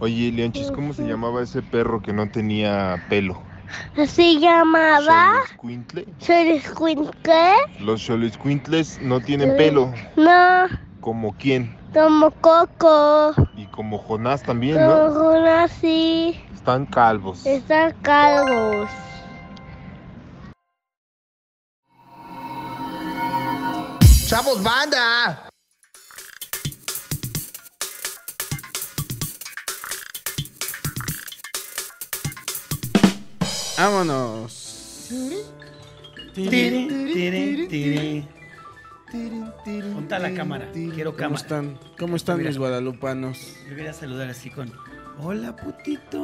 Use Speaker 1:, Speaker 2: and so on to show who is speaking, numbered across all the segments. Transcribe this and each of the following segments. Speaker 1: Oye, Leonchis, ¿cómo se llamaba ese perro que no tenía pelo?
Speaker 2: Se llamaba
Speaker 1: ¿Xoloitzcuintle?
Speaker 2: Sorisquinque.
Speaker 1: Los Xoloitzcuintles no tienen pelo,
Speaker 2: No,
Speaker 1: como quién,
Speaker 2: como Coco.
Speaker 1: y como Jonás también, ¿no?
Speaker 2: Como así.
Speaker 1: Están calvos.
Speaker 2: Están calvos.
Speaker 3: ¡Chavos, banda!
Speaker 4: Vámonos.
Speaker 5: Tiri, tiri, tiri. Ponta la cámara. Quiero
Speaker 4: ¿Cómo
Speaker 5: cámara.
Speaker 4: están? ¿Cómo están
Speaker 5: Mira.
Speaker 4: mis guadalupanos?
Speaker 5: Yo quería saludar así con. Hola, putitos.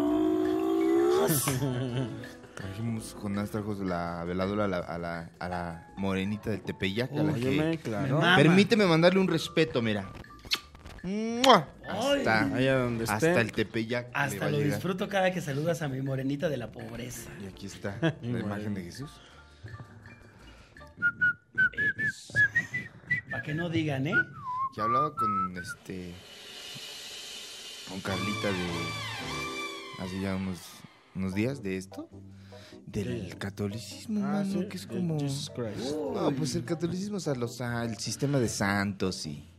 Speaker 6: Trajimos, Jonás trajo la veladora a la, a la, a la morenita del Tepeyac. a la que-
Speaker 4: Óyeme, claro.
Speaker 5: Me mama.
Speaker 6: Permíteme mandarle un respeto, mira. ¡Mua! Hasta,
Speaker 4: Allá donde
Speaker 6: hasta
Speaker 4: estén.
Speaker 6: el Tepeyac. le va
Speaker 5: Hasta
Speaker 6: a
Speaker 5: lo
Speaker 6: llegar.
Speaker 5: disfruto cada que saludas a mi morenita de la pobreza.
Speaker 6: Y aquí está la imagen de Jesús.
Speaker 5: Para que no digan, ¿eh?
Speaker 6: Que hablaba con este. con Carlita de. hace ya unos, unos días de esto. Del catolicismo,
Speaker 4: Ah,
Speaker 6: mano,
Speaker 4: sí,
Speaker 6: que es
Speaker 4: de
Speaker 6: como.
Speaker 4: Jesus Christ.
Speaker 6: No, pues el catolicismo es a los, al sistema de santos y.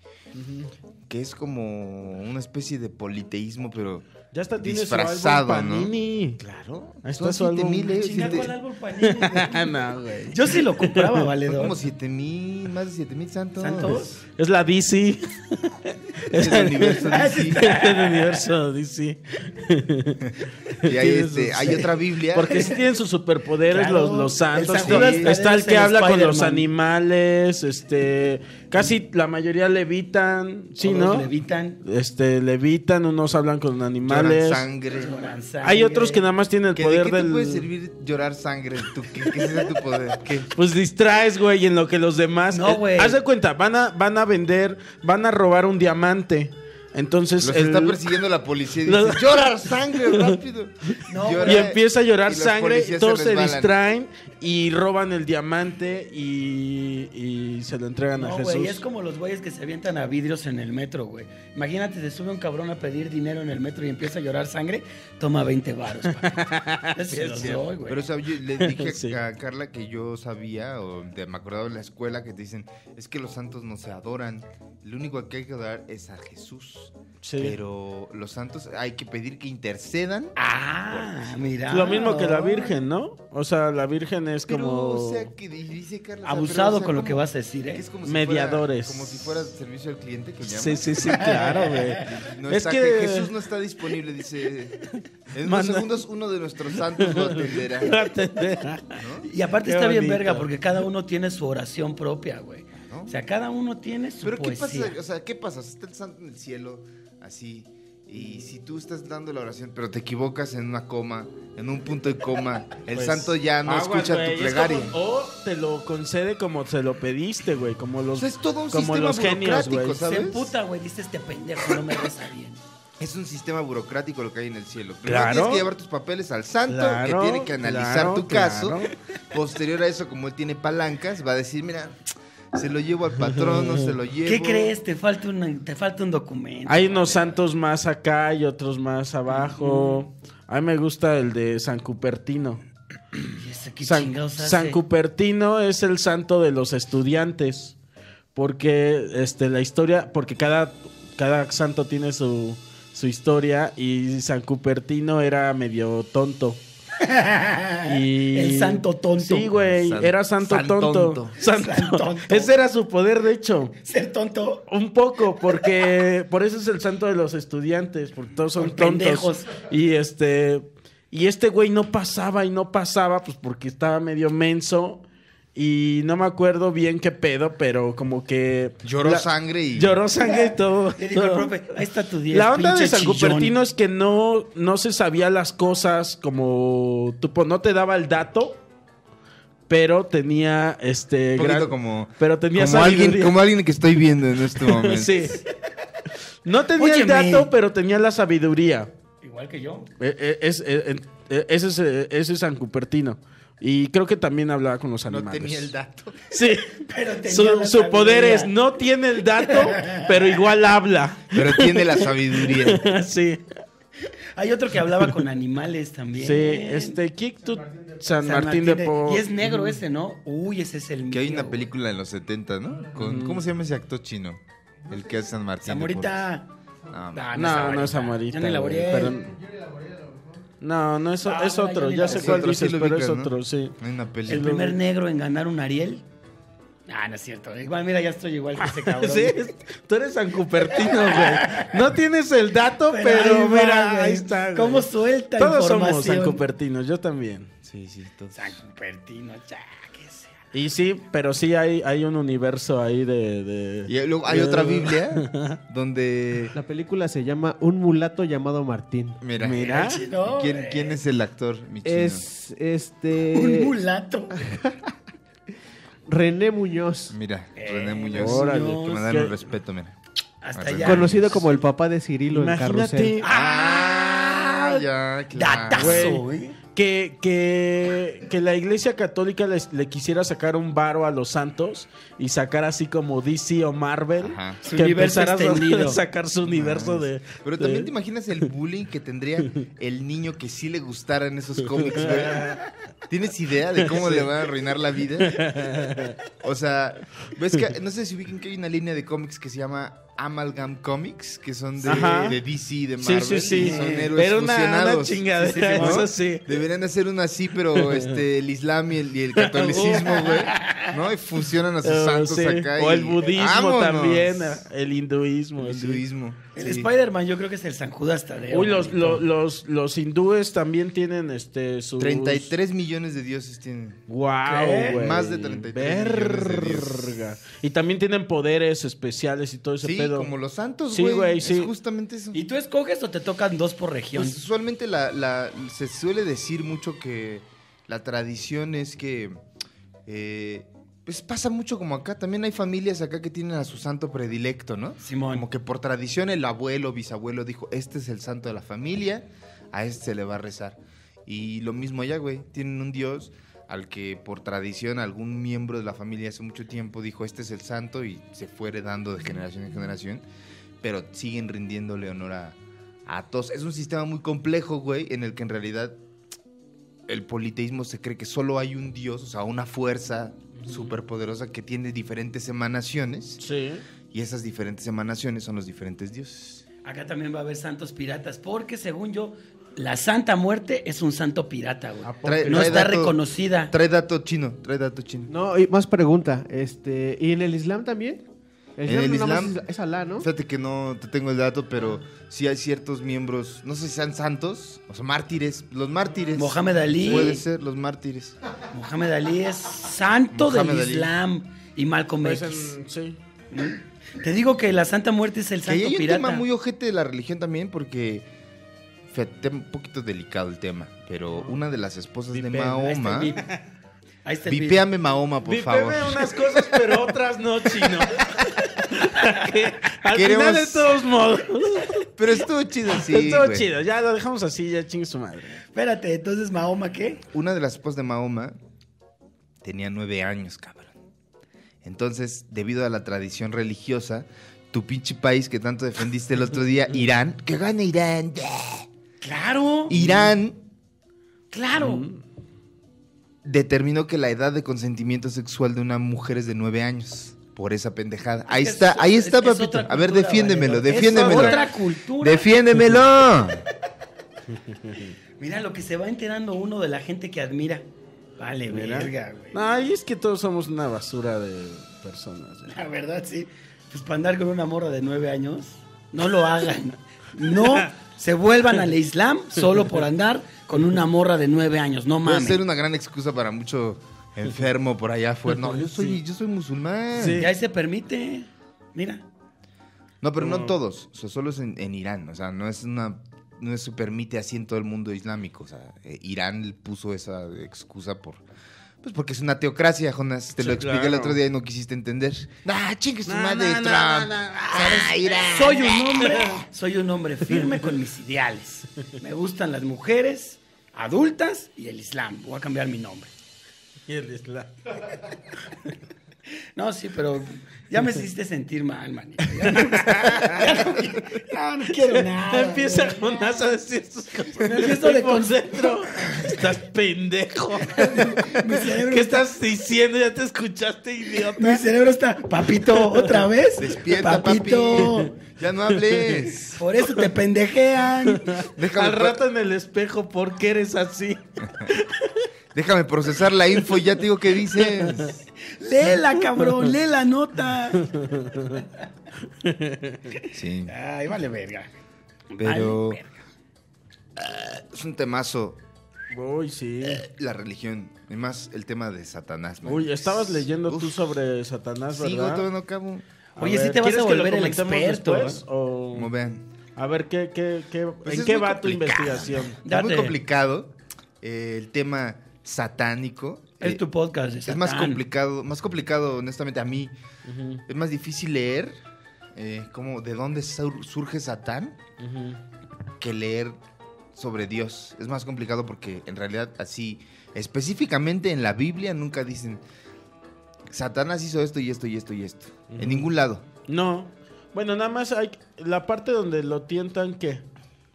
Speaker 6: Que es como una especie de politeísmo, pero.
Speaker 4: Ya está tiene su álbum
Speaker 6: Disfrazado, ¿no?
Speaker 4: Panini.
Speaker 6: Claro.
Speaker 4: Ahí está
Speaker 6: Son
Speaker 4: su álbum.
Speaker 6: 7000, ¿eh?
Speaker 5: Chinga
Speaker 6: Siete-
Speaker 5: con el árbol panini, güey.
Speaker 4: Ah, no, güey.
Speaker 5: Yo sí lo compraba,
Speaker 6: Son
Speaker 5: valedor.
Speaker 6: como 7000, más de 7000 santos.
Speaker 5: ¿Santos?
Speaker 4: eh. Es la DC.
Speaker 6: Es el universo DC.
Speaker 4: el universo DC.
Speaker 6: Y hay,
Speaker 4: Tiene
Speaker 6: este,
Speaker 4: sus-
Speaker 6: hay otra Biblia.
Speaker 4: Porque sí tienen sus superpoderes
Speaker 5: Claro.
Speaker 4: los, los santos.
Speaker 5: El San Judas
Speaker 4: Sí.
Speaker 5: Tadeo
Speaker 4: Está el
Speaker 5: es
Speaker 4: que
Speaker 5: el
Speaker 4: habla con los
Speaker 5: Spider-Man.
Speaker 4: animales. Este. Casi la mayoría levitan. Sí,
Speaker 5: Todos
Speaker 4: ¿no?
Speaker 5: Levitan.
Speaker 4: Este, levitan, unos hablan con
Speaker 6: lloran
Speaker 4: animales.
Speaker 6: sangre.
Speaker 5: lloran sangre.
Speaker 4: Hay otros que nada más tienen el
Speaker 6: ¿Que ¿De
Speaker 4: poder
Speaker 6: qué te
Speaker 4: del.
Speaker 6: puede servir llorar sangre? ¿Tú, qué, qué es ese tu poder? ¿Qué?
Speaker 4: Pues distraes, güey, en lo que los demás.
Speaker 5: No,
Speaker 4: Eh,
Speaker 5: güey.
Speaker 4: Haz de cuenta, van a, van a vender, van a robar un diamante. Entonces.
Speaker 6: Los
Speaker 4: el-
Speaker 6: está persiguiendo la policía y
Speaker 4: Los-
Speaker 6: dice, llorar sangre rápido.
Speaker 5: No,
Speaker 6: Llora
Speaker 4: y empieza a llorar
Speaker 6: y los
Speaker 4: sangre,
Speaker 6: policías
Speaker 4: todos se,
Speaker 6: resbalan.
Speaker 4: distraen y roban el diamante y, y se lo entregan a
Speaker 5: No,
Speaker 4: Jesús.
Speaker 5: güey, es como los güeyes que se avientan a vidrios en el metro, güey. Imagínate, se sube un cabrón a pedir dinero en el metro y empieza a llorar sangre, toma 20 varos. papá. Eso se los doy, güey.
Speaker 6: Pero o sea, yo le dije
Speaker 4: Sí.
Speaker 6: a Carla que yo sabía, o de- me acordaba de la escuela, que te dicen, es que los santos no se adoran. Lo único que hay que adorar es a Jesús.
Speaker 4: Sí.
Speaker 6: Pero los santos hay que pedir que intercedan.
Speaker 5: Ah, mira.
Speaker 4: Lo mismo que la Virgen, ¿no? O sea, la Virgen es
Speaker 6: Pero,
Speaker 4: como.
Speaker 6: o sea, que di- dice Carla. o sea,
Speaker 5: Abusado
Speaker 6: pero, o sea,
Speaker 5: con lo
Speaker 6: como-
Speaker 5: que vas a decir,
Speaker 6: que
Speaker 5: ¿eh?
Speaker 6: es como si
Speaker 4: Mediadores.
Speaker 6: fuera- como si fuera servicio al cliente que llama.
Speaker 4: Sí, sí, sí, claro, güey.
Speaker 6: No
Speaker 4: es
Speaker 6: está-
Speaker 4: que.
Speaker 6: Jesús no está disponible, dice. En unos
Speaker 4: Manda-
Speaker 6: segundos uno de nuestros santos lo atenderá.
Speaker 5: Y aparte
Speaker 4: Qué
Speaker 5: está bien
Speaker 4: bonito.
Speaker 5: verga porque cada uno tiene su oración propia, güey.
Speaker 6: ¿No?
Speaker 5: O sea, cada uno tiene su
Speaker 6: Pero ¿qué
Speaker 5: poesía.
Speaker 6: pasa? O sea, ¿qué pasa? Está el santo en el cielo, así, y si tú estás dando la oración, pero te equivocas en una coma, en un punto de coma, el
Speaker 4: Pues,
Speaker 6: santo ya no
Speaker 4: aguas,
Speaker 6: escucha
Speaker 4: güey,
Speaker 6: tu
Speaker 4: es
Speaker 6: plegaria.
Speaker 4: como- o te lo concede como se lo pediste, güey. Como
Speaker 6: O
Speaker 4: los.
Speaker 6: sea, es todo un
Speaker 4: como
Speaker 6: sistema
Speaker 4: los genios,
Speaker 6: burocrático,
Speaker 4: güey.
Speaker 5: Se
Speaker 6: ¿sabes?
Speaker 5: emputa, güey, dice este pendejo, no me reza bien.
Speaker 6: Es un sistema burocrático lo que hay en el cielo. Primero
Speaker 4: Claro.
Speaker 6: tienes que llevar tus papeles al santo,
Speaker 4: Claro,
Speaker 6: que tiene que analizar
Speaker 4: claro,
Speaker 6: tu caso.
Speaker 4: claro.
Speaker 6: Posterior a eso, como él tiene palancas, va a decir, mira, se lo llevo al patrono, se lo llevo.
Speaker 5: ¿Qué crees? Te falta un, te falta un documento.
Speaker 4: Hay unos santos más acá y otros más abajo. A mí me gusta el de San Cupertino.
Speaker 5: Y ese qué
Speaker 4: San,
Speaker 5: chingados hace.
Speaker 4: San Cupertino es el santo de los estudiantes. Porque este, la historia, porque cada, cada santo tiene su, su historia y San Cupertino era medio tonto. Y-
Speaker 5: Ah, El santo tonto.
Speaker 4: Sí, güey,
Speaker 6: San-
Speaker 4: era santo
Speaker 6: san
Speaker 4: tonto.
Speaker 6: tonto.
Speaker 4: San
Speaker 5: San
Speaker 4: tonto.
Speaker 5: tonto.
Speaker 4: Ese era su poder, de hecho.
Speaker 5: Ser tonto.
Speaker 4: Un poco, porque por eso es el santo de los estudiantes, porque todos son
Speaker 5: Por
Speaker 4: tontos.
Speaker 5: pendejos.
Speaker 4: Y este y este güey no pasaba y no pasaba, pues porque estaba medio menso y no me acuerdo bien qué pedo, pero como que
Speaker 6: Lloró
Speaker 4: la-
Speaker 6: sangre y...
Speaker 4: lloró sangre y todo.
Speaker 5: Le dijo el
Speaker 4: todo.
Speaker 5: profe, ahí está tu 10.
Speaker 4: La onda de
Speaker 5: pinche
Speaker 4: San
Speaker 5: chillón".
Speaker 4: Cupertino es que no, no se sabía las cosas como tipo, no te daba el dato, pero tenía este
Speaker 6: Un poquito
Speaker 4: gran-
Speaker 6: como,
Speaker 4: pero tenía
Speaker 6: como, alguien,
Speaker 4: sabiduría.
Speaker 6: como alguien que estoy viendo en este momento.
Speaker 4: Sí. No tenía el
Speaker 5: Óyeme.
Speaker 4: dato, pero tenía la sabiduría.
Speaker 5: Igual que yo.
Speaker 4: Eh, eh, es- eh, eh, ese, es, eh, ese es San Cupertino. Y creo que también hablaba con los
Speaker 6: No
Speaker 4: animales.
Speaker 6: tenía el dato.
Speaker 4: Sí.
Speaker 5: Pero tenía
Speaker 4: Su,
Speaker 5: la
Speaker 4: su poder
Speaker 5: sabiduría.
Speaker 4: es no tiene el dato, pero igual habla.
Speaker 6: Pero tiene la sabiduría.
Speaker 4: sí.
Speaker 5: Hay otro que hablaba con animales también.
Speaker 4: Sí, este Kiktu San, Martín de Po.
Speaker 5: Y es negro ese, ¿no? Uy, ese es el
Speaker 6: Que hay
Speaker 5: mío,
Speaker 6: una
Speaker 5: güey.
Speaker 6: película en los 70, ¿no? Con,
Speaker 4: Mm.
Speaker 6: ¿Cómo se llama ese actor chino? El que hace San Martín. de
Speaker 5: Zamorita.
Speaker 6: Porres. No,
Speaker 5: Ah,
Speaker 4: No, no es
Speaker 5: Amorita.
Speaker 4: amarita.
Speaker 5: Ya ni la
Speaker 4: güey,
Speaker 5: Boreal.
Speaker 4: pero- No, no es, o-
Speaker 5: Ah,
Speaker 4: es
Speaker 5: ya
Speaker 4: otro.
Speaker 5: ni
Speaker 4: Ya
Speaker 5: la-
Speaker 4: sé
Speaker 5: Es
Speaker 4: cuál
Speaker 6: otro, sí
Speaker 4: dices,
Speaker 6: lo
Speaker 4: pero
Speaker 6: ubicas,
Speaker 4: es
Speaker 6: ¿no?
Speaker 4: otro, sí.
Speaker 6: Hay una
Speaker 5: El
Speaker 6: película.
Speaker 5: primer negro en ganar un Ariel. Ah, no es cierto. Igual, mira, ya estoy igual que ese cabrón.
Speaker 4: Sí, es- tú eres San Cupertino, güey. No tienes el dato, pero,
Speaker 5: ahí va,
Speaker 4: mira,
Speaker 5: güey.
Speaker 4: ahí está. güey.
Speaker 5: ¿Cómo suelta
Speaker 4: Todos
Speaker 5: información?
Speaker 4: somos San Cupertinos, yo también.
Speaker 6: Sí, sí, todos.
Speaker 5: San Cupertino, ya, que sea.
Speaker 4: Y sí, pero sí hay, hay un universo ahí de. de-
Speaker 6: Y luego hay
Speaker 4: de-
Speaker 6: otra Biblia donde.
Speaker 7: La película se llama Un mulato llamado Martín.
Speaker 6: Mira.
Speaker 4: Mira.
Speaker 5: Chino,
Speaker 6: ¿Quién,
Speaker 5: güey.
Speaker 6: quién es el actor? Mi chino.
Speaker 7: Es
Speaker 5: Un
Speaker 7: este
Speaker 5: mulato.
Speaker 7: René Muñoz,
Speaker 6: Mira,
Speaker 5: Eh,
Speaker 6: René Muñoz.
Speaker 4: órale,
Speaker 6: que me
Speaker 4: pues,
Speaker 6: dan
Speaker 4: qué-
Speaker 6: un respeto, mira.
Speaker 5: Hasta
Speaker 6: René
Speaker 5: allá.
Speaker 7: conocido como el papá de Cirilo en Carrusel.
Speaker 4: Imagínate
Speaker 5: ¡Ah!
Speaker 6: Ah, ya, claro.
Speaker 5: Datazo,
Speaker 4: Güey.
Speaker 5: ¿eh?
Speaker 4: que, que, que la iglesia católica les- le quisiera sacar un varo a los santos y sacar así como DC o Marvel.
Speaker 6: Ajá.
Speaker 5: Su
Speaker 4: que
Speaker 5: universo
Speaker 4: empezara a-
Speaker 5: extendido.
Speaker 4: a sacar su universo de.
Speaker 6: Pero
Speaker 4: de-
Speaker 6: también te imaginas el bullying que tendría el niño que sí le gustaran esos cómics, güey. ¿Tienes idea de cómo le van a arruinar la vida? O sea, ves que, no sé si ubican que hay una línea de cómics que se llama Amalgam Comics, que son de,
Speaker 4: Ajá.
Speaker 6: de DC, de
Speaker 4: Sí,
Speaker 6: Marvel.
Speaker 4: sí, sí.
Speaker 6: y Son héroes
Speaker 4: Pero una, una
Speaker 6: fusionados.
Speaker 4: chingadera,
Speaker 6: Sí, ¿no?
Speaker 4: eso sí.
Speaker 6: Deberían hacer una así, pero este, el Islam y el, y el catolicismo, güey. ¿No? Y fusionan a sus
Speaker 4: Eh,
Speaker 6: santos
Speaker 4: Uh. sí.
Speaker 6: acá.
Speaker 4: O
Speaker 6: y-
Speaker 4: el budismo
Speaker 6: ¡Vámonos!
Speaker 4: también, el hinduismo.
Speaker 6: El
Speaker 4: sí.
Speaker 6: hinduismo.
Speaker 5: El
Speaker 6: sí.
Speaker 5: Spider-Man yo creo que es el San Judas Tadeo.
Speaker 4: Uy, los, lo-
Speaker 5: manito.
Speaker 4: los, los hindúes también tienen este sus
Speaker 6: 33 millones de dioses tienen.
Speaker 4: Wow,
Speaker 5: ¿Qué?
Speaker 4: güey.
Speaker 6: Más de 33 millones de
Speaker 4: Verga. Y también tienen poderes especiales y todo ese
Speaker 6: Sí,
Speaker 4: pedo.
Speaker 6: como los santos,
Speaker 4: Sí,
Speaker 6: güey.
Speaker 4: güey, sí.
Speaker 6: Es justamente eso.
Speaker 5: ¿Y tú escoges o te tocan dos por región?
Speaker 6: Pues, usualmente la, la- se suele decir mucho que la tradición es que... eh, pues pasa mucho como acá. También hay familias acá que tienen a su santo predilecto, ¿no?
Speaker 5: Simón.
Speaker 6: Como que por tradición el abuelo, bisabuelo dijo, este es el santo de la familia, a este se le va a rezar. Y lo mismo allá, güey, tienen un dios al que por tradición algún miembro de la familia hace mucho tiempo dijo, este es el santo y se fue heredando de generación en generación, pero siguen rindiéndole honor a, a todos. Es un sistema muy complejo, güey, en el que en realidad el politeísmo se cree que solo hay un dios, o sea, una fuerza superpoderosa que tiene diferentes emanaciones.
Speaker 4: Sí.
Speaker 6: Y esas diferentes emanaciones son los diferentes dioses.
Speaker 5: Acá también va a haber santos piratas, porque según yo, la Santa Muerte es un santo pirata, güey.
Speaker 6: Trae-
Speaker 5: No
Speaker 6: trae dato-
Speaker 5: está
Speaker 7: Ah.
Speaker 5: reconocida.
Speaker 6: Trae dato chino, trae dato chino.
Speaker 7: No, y más pregunta, este, ¿y en el Islam también?
Speaker 6: En el
Speaker 7: nada más
Speaker 6: Islam-
Speaker 7: es- es Alá, ¿no?
Speaker 6: Fíjate que no te tengo el dato, pero sí hay ciertos miembros, no sé si sean santos, o sea, mártires, los mártires.
Speaker 5: Mohamed Ali. Ah,
Speaker 6: Puede ser, los mártires.
Speaker 5: Mohamed Ali es santo
Speaker 6: Mohamed
Speaker 5: del
Speaker 6: Ali.
Speaker 5: Islam y Malcolm
Speaker 4: Pues
Speaker 5: X.
Speaker 4: en- sí.
Speaker 5: Te digo que la Santa Muerte es el
Speaker 6: Que ahí
Speaker 5: santo
Speaker 6: hay un
Speaker 5: pirata.
Speaker 6: tema muy ojete de la religión también, porque. Fíjate, un poquito delicado el tema, pero una de las esposas de
Speaker 5: Ahí está el
Speaker 6: Mahoma.
Speaker 5: bip. Ahí está el bip.
Speaker 6: Vipéame Mahoma, por favor.
Speaker 4: Vipeme unas cosas, pero otras no, chino. Que Al
Speaker 6: Queremos-
Speaker 4: final, de todos modos.
Speaker 6: Pero estuvo chido, sí.
Speaker 4: Estuvo
Speaker 6: güey.
Speaker 4: chido. Ya lo dejamos así, ya chingue su madre.
Speaker 5: Espérate, entonces Mahoma, ¿qué?
Speaker 6: Una de las esposas de Mahoma tenía nueve años, cabrón. Entonces, debido a la tradición religiosa, tu pinche país que tanto defendiste el otro día, Irán, que gane Irán, ¡Yeah!
Speaker 5: Claro,
Speaker 6: Irán Mm.
Speaker 5: claro.
Speaker 6: determinó que la edad de consentimiento sexual de una mujer es de nueve años. Por esa pendejada. Ahí está, ahí está,
Speaker 5: Es- es
Speaker 6: papito.
Speaker 5: otra
Speaker 6: A ver,
Speaker 5: cultura,
Speaker 6: defiéndemelo,
Speaker 5: valedor. Es
Speaker 6: defiéndemelo.
Speaker 5: otra cultura.
Speaker 6: Defiéndemelo.
Speaker 5: Mira lo que se va enterando uno de la gente que admira. Vale,
Speaker 4: Mira.
Speaker 5: verga, güey.
Speaker 4: No, y es que todos somos una basura de personas. güey.
Speaker 5: La verdad, sí. Pues para andar con una morra de nueve años, no lo hagan. No se vuelvan al Islam solo por andar con una morra de nueve años. No
Speaker 6: Puede
Speaker 5: mames.
Speaker 6: ser una gran excusa para mucho enfermo por allá afuera. No, yo soy, yo soy musulmán.
Speaker 4: Sí.
Speaker 5: Ya ahí se permite. Mira.
Speaker 6: No, pero no, en todos. O sea, solo es en, en Irán. O sea, no es una. No se permite así en todo el mundo islámico. O sea, eh, Irán puso esa excusa por. Pues porque es una teocracia, Jonas. Te lo
Speaker 4: Sí,
Speaker 6: expliqué el
Speaker 4: claro.
Speaker 6: otro día y no quisiste entender. ¡Ah, chingues tu
Speaker 4: No,
Speaker 6: madre,
Speaker 4: no,
Speaker 6: Trump!
Speaker 4: no, no, eh, no.
Speaker 6: ¡Ah, Irán!
Speaker 5: Soy un hombre, soy un hombre firme con mis ideales. Me gustan las mujeres adultas y el Islam. Voy a cambiar mi nombre.
Speaker 4: Y el Islam.
Speaker 5: No, sí, pero ya me hiciste sentir mal, manito. Ya no, ya no- ya no quiero nada.
Speaker 4: Empieza
Speaker 5: güey.
Speaker 4: Jonás a decir sus cosas.
Speaker 5: Me empiezo de
Speaker 4: Me concentro. Estás pendejo.
Speaker 5: Mi cerebro
Speaker 4: ¿Qué
Speaker 5: está-
Speaker 4: estás diciendo? Ya te escuchaste, idiota.
Speaker 5: Mi cerebro está, papito, otra vez.
Speaker 6: Despierta,
Speaker 5: papito.
Speaker 6: papi. Ya no hables.
Speaker 5: Por eso te pendejean.
Speaker 6: Déjame,
Speaker 4: Al
Speaker 6: pro-
Speaker 4: rato en el espejo, ¿por qué eres así?
Speaker 6: déjame procesar la info y ya te digo qué dices.
Speaker 5: Léela, cabrón, lee la nota.
Speaker 6: Sí,
Speaker 5: Ay, vale verga.
Speaker 6: pero...
Speaker 5: Vale, verga.
Speaker 6: ah, es un temazo.
Speaker 4: Uy, sí.
Speaker 6: La religión. Y más el tema de Satanás. man.
Speaker 4: Uy, estabas leyendo tú
Speaker 6: Uf,
Speaker 4: sobre Satanás,
Speaker 6: Sí, güey,
Speaker 4: ¿verdad?
Speaker 6: todavía no acabo.
Speaker 5: Oye, sí te vas a
Speaker 4: ¿quieres que lo
Speaker 5: volver el
Speaker 4: comentemos
Speaker 5: experto.
Speaker 4: después,
Speaker 5: ¿eh?
Speaker 4: o-
Speaker 6: Como vean.
Speaker 4: A ver, ¿qué, qué, qué,
Speaker 6: Pues
Speaker 4: ¿en
Speaker 6: es
Speaker 4: qué
Speaker 6: muy
Speaker 4: va tu
Speaker 6: complicado.
Speaker 4: investigación?
Speaker 6: Es muy
Speaker 5: Date.
Speaker 6: complicado eh, el tema satánico. Eh,
Speaker 5: Es tu podcast. de
Speaker 6: Es más
Speaker 5: Satán.
Speaker 6: complicado, más complicado, honestamente, a mí. Es más difícil leer eh, cómo, de dónde sur- surge Satán que leer sobre Dios. Es más complicado porque en realidad así, específicamente en la Biblia, nunca dicen, Satanás hizo esto y esto y esto y esto. En ningún lado.
Speaker 4: No. Bueno, nada más hay la parte donde lo tientan, ¿qué?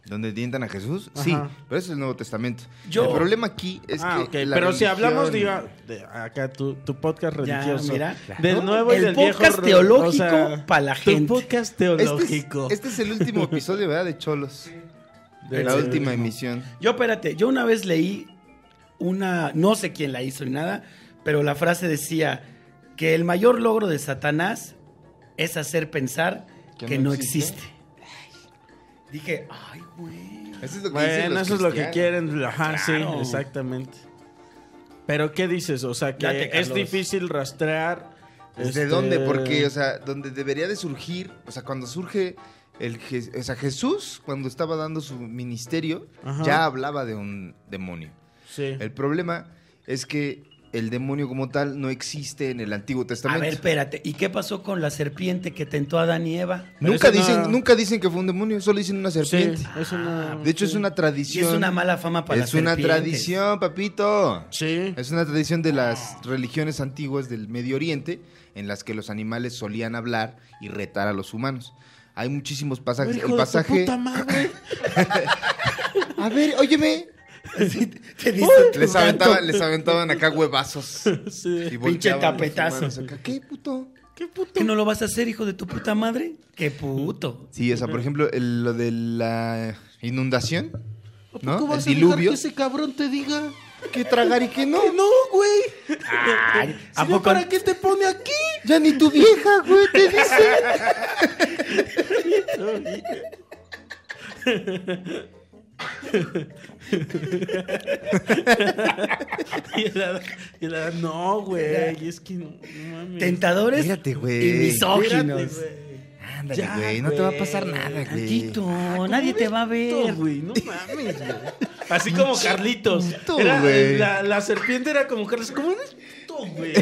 Speaker 6: Donde tientan a Jesús, sí,
Speaker 4: Ajá.
Speaker 6: pero eso es el Nuevo Testamento.
Speaker 5: Yo-
Speaker 6: El problema aquí es
Speaker 4: ah,
Speaker 6: que...
Speaker 4: ok.
Speaker 6: la
Speaker 4: Pero si
Speaker 6: religión-
Speaker 4: hablamos, diga, de acá tu, tu podcast
Speaker 5: Ya,
Speaker 4: religioso.
Speaker 5: mira.
Speaker 4: Del nuevo y
Speaker 5: El
Speaker 4: del viejo.
Speaker 5: podcast
Speaker 4: ro-
Speaker 5: teológico pa' la gente.
Speaker 4: Tu podcast
Speaker 6: Este es,
Speaker 4: teológico.
Speaker 6: este es el último episodio, ¿verdad? De Cholos.
Speaker 4: De
Speaker 6: la
Speaker 4: sí.
Speaker 6: última emisión.
Speaker 5: Yo, espérate, yo una vez leí una, no sé quién la hizo ni nada, pero la frase decía que el mayor logro de Satanás es hacer pensar que, no, existe. Dije, ay, güey.
Speaker 6: Eso es lo que dicen
Speaker 4: Bueno,
Speaker 6: los
Speaker 4: eso es lo que
Speaker 6: cristianos.
Speaker 4: quieren. Ajá,
Speaker 5: Claro.
Speaker 4: sí, exactamente. Pero, ¿qué dices? O sea, que
Speaker 5: Date,
Speaker 4: es
Speaker 5: Carlos.
Speaker 4: difícil rastrear.
Speaker 6: ¿Desde
Speaker 4: este,
Speaker 6: dónde? Porque, o sea, donde debería de surgir, o sea, cuando surge el Je- o sea, Jesús, cuando estaba dando su ministerio,
Speaker 4: Ajá.
Speaker 6: ya hablaba de un demonio.
Speaker 4: Sí.
Speaker 6: El problema es que el demonio como tal no existe en el Antiguo
Speaker 5: A
Speaker 6: Testamento.
Speaker 5: ver, espérate, ¿y qué pasó con la serpiente que tentó a Adán y Eva?
Speaker 4: Pero
Speaker 6: nunca
Speaker 4: eso no-
Speaker 6: dicen, nunca dicen que fue un demonio, solo dicen una
Speaker 4: Sí,
Speaker 6: serpiente. Ah,
Speaker 4: es una-
Speaker 6: De hecho,
Speaker 4: sí.
Speaker 6: es una
Speaker 5: Y
Speaker 6: tradición.
Speaker 5: es una mala fama para
Speaker 6: Es
Speaker 5: las
Speaker 6: una
Speaker 5: serpientes.
Speaker 6: tradición, papito.
Speaker 4: Sí.
Speaker 6: Es una tradición de las religiones antiguas del Medio Oriente en las que los animales solían hablar y retar a los humanos. Hay muchísimos pasajes.
Speaker 4: Hijo de
Speaker 6: el
Speaker 4: tu
Speaker 6: pasaje.
Speaker 4: puta madre.
Speaker 6: A ver, óyeme.
Speaker 5: Sí, te diste tu
Speaker 6: Les
Speaker 5: canto.
Speaker 6: aventaban, les aventaban acá huevazos.
Speaker 4: Sí.
Speaker 6: Y volteaban los
Speaker 5: tapetazo.
Speaker 6: humanos acá. ¿Qué puto?
Speaker 4: ¿Qué puto?
Speaker 5: ¿Que no lo vas a hacer, hijo de tu puta madre? ¡Qué puto!
Speaker 6: Sí, o sea, por ejemplo, el- lo de la inundación. ¿No?
Speaker 4: ¿Cómo
Speaker 6: El
Speaker 4: vas a dejar
Speaker 6: diluvio.
Speaker 4: que ese cabrón te diga?
Speaker 6: ¿Qué tragar y qué no?
Speaker 4: No, güey.
Speaker 5: Ay, ¿A
Speaker 4: Si no,
Speaker 5: poco
Speaker 4: ¿Para qué te pone aquí?
Speaker 6: Ya ni tu vieja, güey, te dice.
Speaker 4: Y el Adán- y el Adán, no, güey. Es que no, no mames.
Speaker 5: tentadores
Speaker 6: Espérate, güey.
Speaker 5: y misóginos?
Speaker 4: Espérate,
Speaker 6: Ándale,
Speaker 4: Ya,
Speaker 6: güey, no te va a
Speaker 4: güey.
Speaker 6: pasar nada, güey.
Speaker 5: Tantito, nadie te va a ver.
Speaker 4: Puto, güey, no mames, güey. Así como Carlitos.
Speaker 6: puto,
Speaker 4: Era-
Speaker 6: güey.
Speaker 4: la, la serpiente era como Carlos. ¿Cómo eres puto, güey?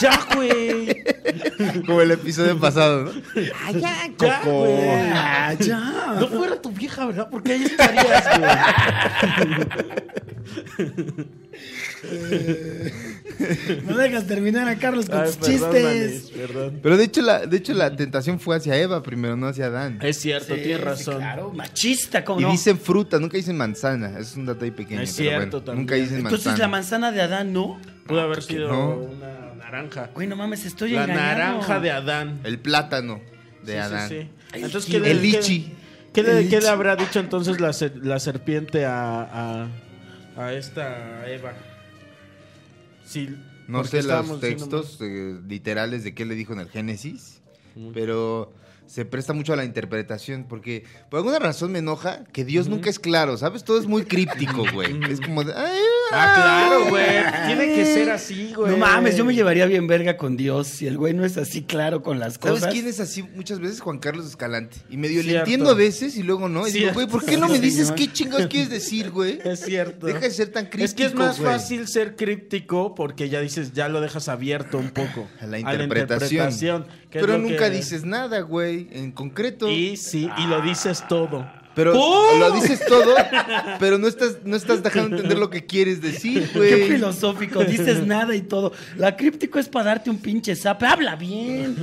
Speaker 4: Ya, güey.
Speaker 6: Como el episodio pasado, ¿no?
Speaker 4: Ya, güey.
Speaker 5: Ah, ya.
Speaker 4: No fuera tu vieja, ¿verdad? Porque ahí estarías, güey.
Speaker 5: No dejas terminar a Carlos con
Speaker 4: Ay,
Speaker 5: tus
Speaker 4: perdón,
Speaker 5: chistes.
Speaker 4: Manis, perdón.
Speaker 6: Pero de hecho, la, de hecho la tentación fue hacia Eva primero, no hacia Adán.
Speaker 4: Es cierto,
Speaker 5: Sí,
Speaker 4: tienes
Speaker 5: sí,
Speaker 4: razón.
Speaker 5: Claro, machista, como
Speaker 6: Y
Speaker 5: no.
Speaker 6: dicen fruta, nunca dicen manzana. Es un dato ahí pequeño.
Speaker 4: Es
Speaker 6: pero
Speaker 4: cierto
Speaker 6: bueno,
Speaker 4: también.
Speaker 6: Nunca dicen manzana.
Speaker 5: Entonces la manzana de Adán no.
Speaker 4: Pudo haber sido
Speaker 6: no.
Speaker 4: una naranja.
Speaker 5: Güey, no mames, estoy
Speaker 4: La
Speaker 5: engañado.
Speaker 4: naranja de Adán.
Speaker 6: El plátano de
Speaker 4: Sí, sí,
Speaker 6: Adán.
Speaker 4: sí.
Speaker 5: Ay,
Speaker 4: Entonces,
Speaker 5: sí.
Speaker 4: ¿qué le-
Speaker 6: El
Speaker 4: qué-
Speaker 6: lichi.
Speaker 4: ¿Qué le,
Speaker 5: El
Speaker 4: qué le
Speaker 5: lichi.
Speaker 4: habrá dicho entonces la, ser- la serpiente a, a, a esta Eva? Sí,
Speaker 6: No
Speaker 4: porque
Speaker 6: sé
Speaker 4: estábamos
Speaker 6: los
Speaker 4: diciendo-
Speaker 6: textos eh, literales de qué le dijo en el Génesis, pero se presta mucho a la interpretación porque por alguna razón me enoja que Dios nunca es claro, ¿sabes? Todo es muy críptico, güey. es como... de, "Ay,
Speaker 4: Ah, claro,
Speaker 6: ay".
Speaker 4: güey. Tiene que ser así, güey.
Speaker 5: No mames, yo me llevaría bien verga con Dios si el güey no es así claro con las
Speaker 6: ¿Sabes
Speaker 5: cosas.
Speaker 6: quién es así muchas veces? Juan Carlos Escalante. Y medio le
Speaker 4: Cierto.
Speaker 6: entiendo a veces y luego no. Y digo,
Speaker 4: Cierto.
Speaker 6: güey, ¿por qué no me
Speaker 5: Sí,
Speaker 6: dices
Speaker 5: señor.
Speaker 6: qué chingados quieres decir, güey?
Speaker 4: Es cierto.
Speaker 6: Deja de ser tan crítico,
Speaker 4: es que es más
Speaker 6: güey.
Speaker 4: fácil ser críptico porque ya dices, ya lo dejas abierto un poco
Speaker 6: A la interpretación.
Speaker 4: interpretación, que es
Speaker 6: Pero
Speaker 4: lo
Speaker 6: nunca
Speaker 4: que-
Speaker 6: dices nada, güey, en concreto.
Speaker 4: Y sí, y lo dices todo.
Speaker 6: Pero
Speaker 4: ¡Oh!
Speaker 6: lo dices todo, pero no estás, no estás dejando entender lo que quieres decir,
Speaker 5: Qué
Speaker 6: güey.
Speaker 5: filosófico, dices nada y todo. La críptico es para darte un pinche zap. Habla bien.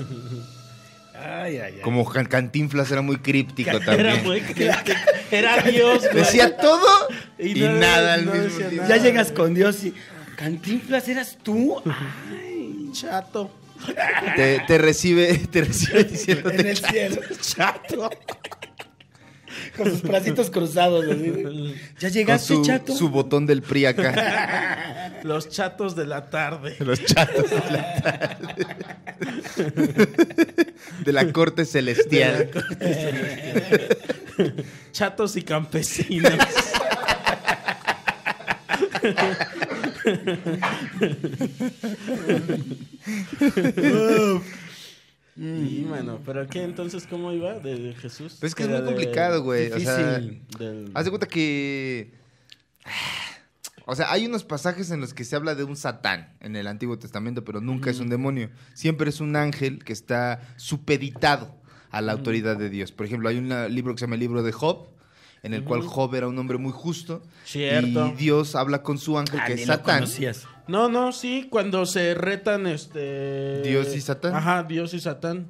Speaker 5: Ay, ay, ay.
Speaker 6: Como Can- Cantinflas era muy críptico
Speaker 4: Era
Speaker 6: también.
Speaker 4: muy crítico. Era Dios, güey.
Speaker 6: Decía todo
Speaker 4: Y
Speaker 6: y,
Speaker 4: no-
Speaker 6: nada al
Speaker 4: no
Speaker 6: mismo
Speaker 4: decía
Speaker 6: tiempo.
Speaker 4: nada.
Speaker 5: Ya llegas con Dios y. Cantinflas, eras tú.
Speaker 4: chato.
Speaker 6: Te, te recibe, te recibe diciéndote
Speaker 5: en el cielo. Chato. Con sus bracitos cruzados. así. Ya
Speaker 6: con
Speaker 5: llegaste,
Speaker 6: su,
Speaker 5: chato.
Speaker 6: su botón del PRI acá.
Speaker 4: Los chatos de la tarde.
Speaker 6: Los chatos de la tarde. De la corte celestial.
Speaker 4: Chatos y campesinos. y bueno, pero qué entonces cómo iba de, de Jesús.
Speaker 6: Mm. Pues es que es
Speaker 4: Era
Speaker 6: muy
Speaker 4: de-
Speaker 6: complicado, güey. O sea, Ah,
Speaker 5: difícil.
Speaker 4: del-
Speaker 6: haz de cuenta que. ah, O sea, hay unos pasajes en los que se habla de un satán en el Antiguo Testamento, pero nunca es un demonio. Siempre es un ángel que está supeditado a la autoridad de Dios. Por ejemplo, hay un la- libro que se llama el libro de Job, en el cual Job era un hombre muy justo.
Speaker 4: Cierto.
Speaker 6: Y Dios habla con su ángel,
Speaker 5: Ah,
Speaker 6: que
Speaker 5: ni
Speaker 6: es
Speaker 5: lo
Speaker 6: Satán.
Speaker 5: conocías.
Speaker 4: No, no, sí, cuando se retan este...
Speaker 6: Dios y Satán.
Speaker 4: Ajá, Dios y Satán.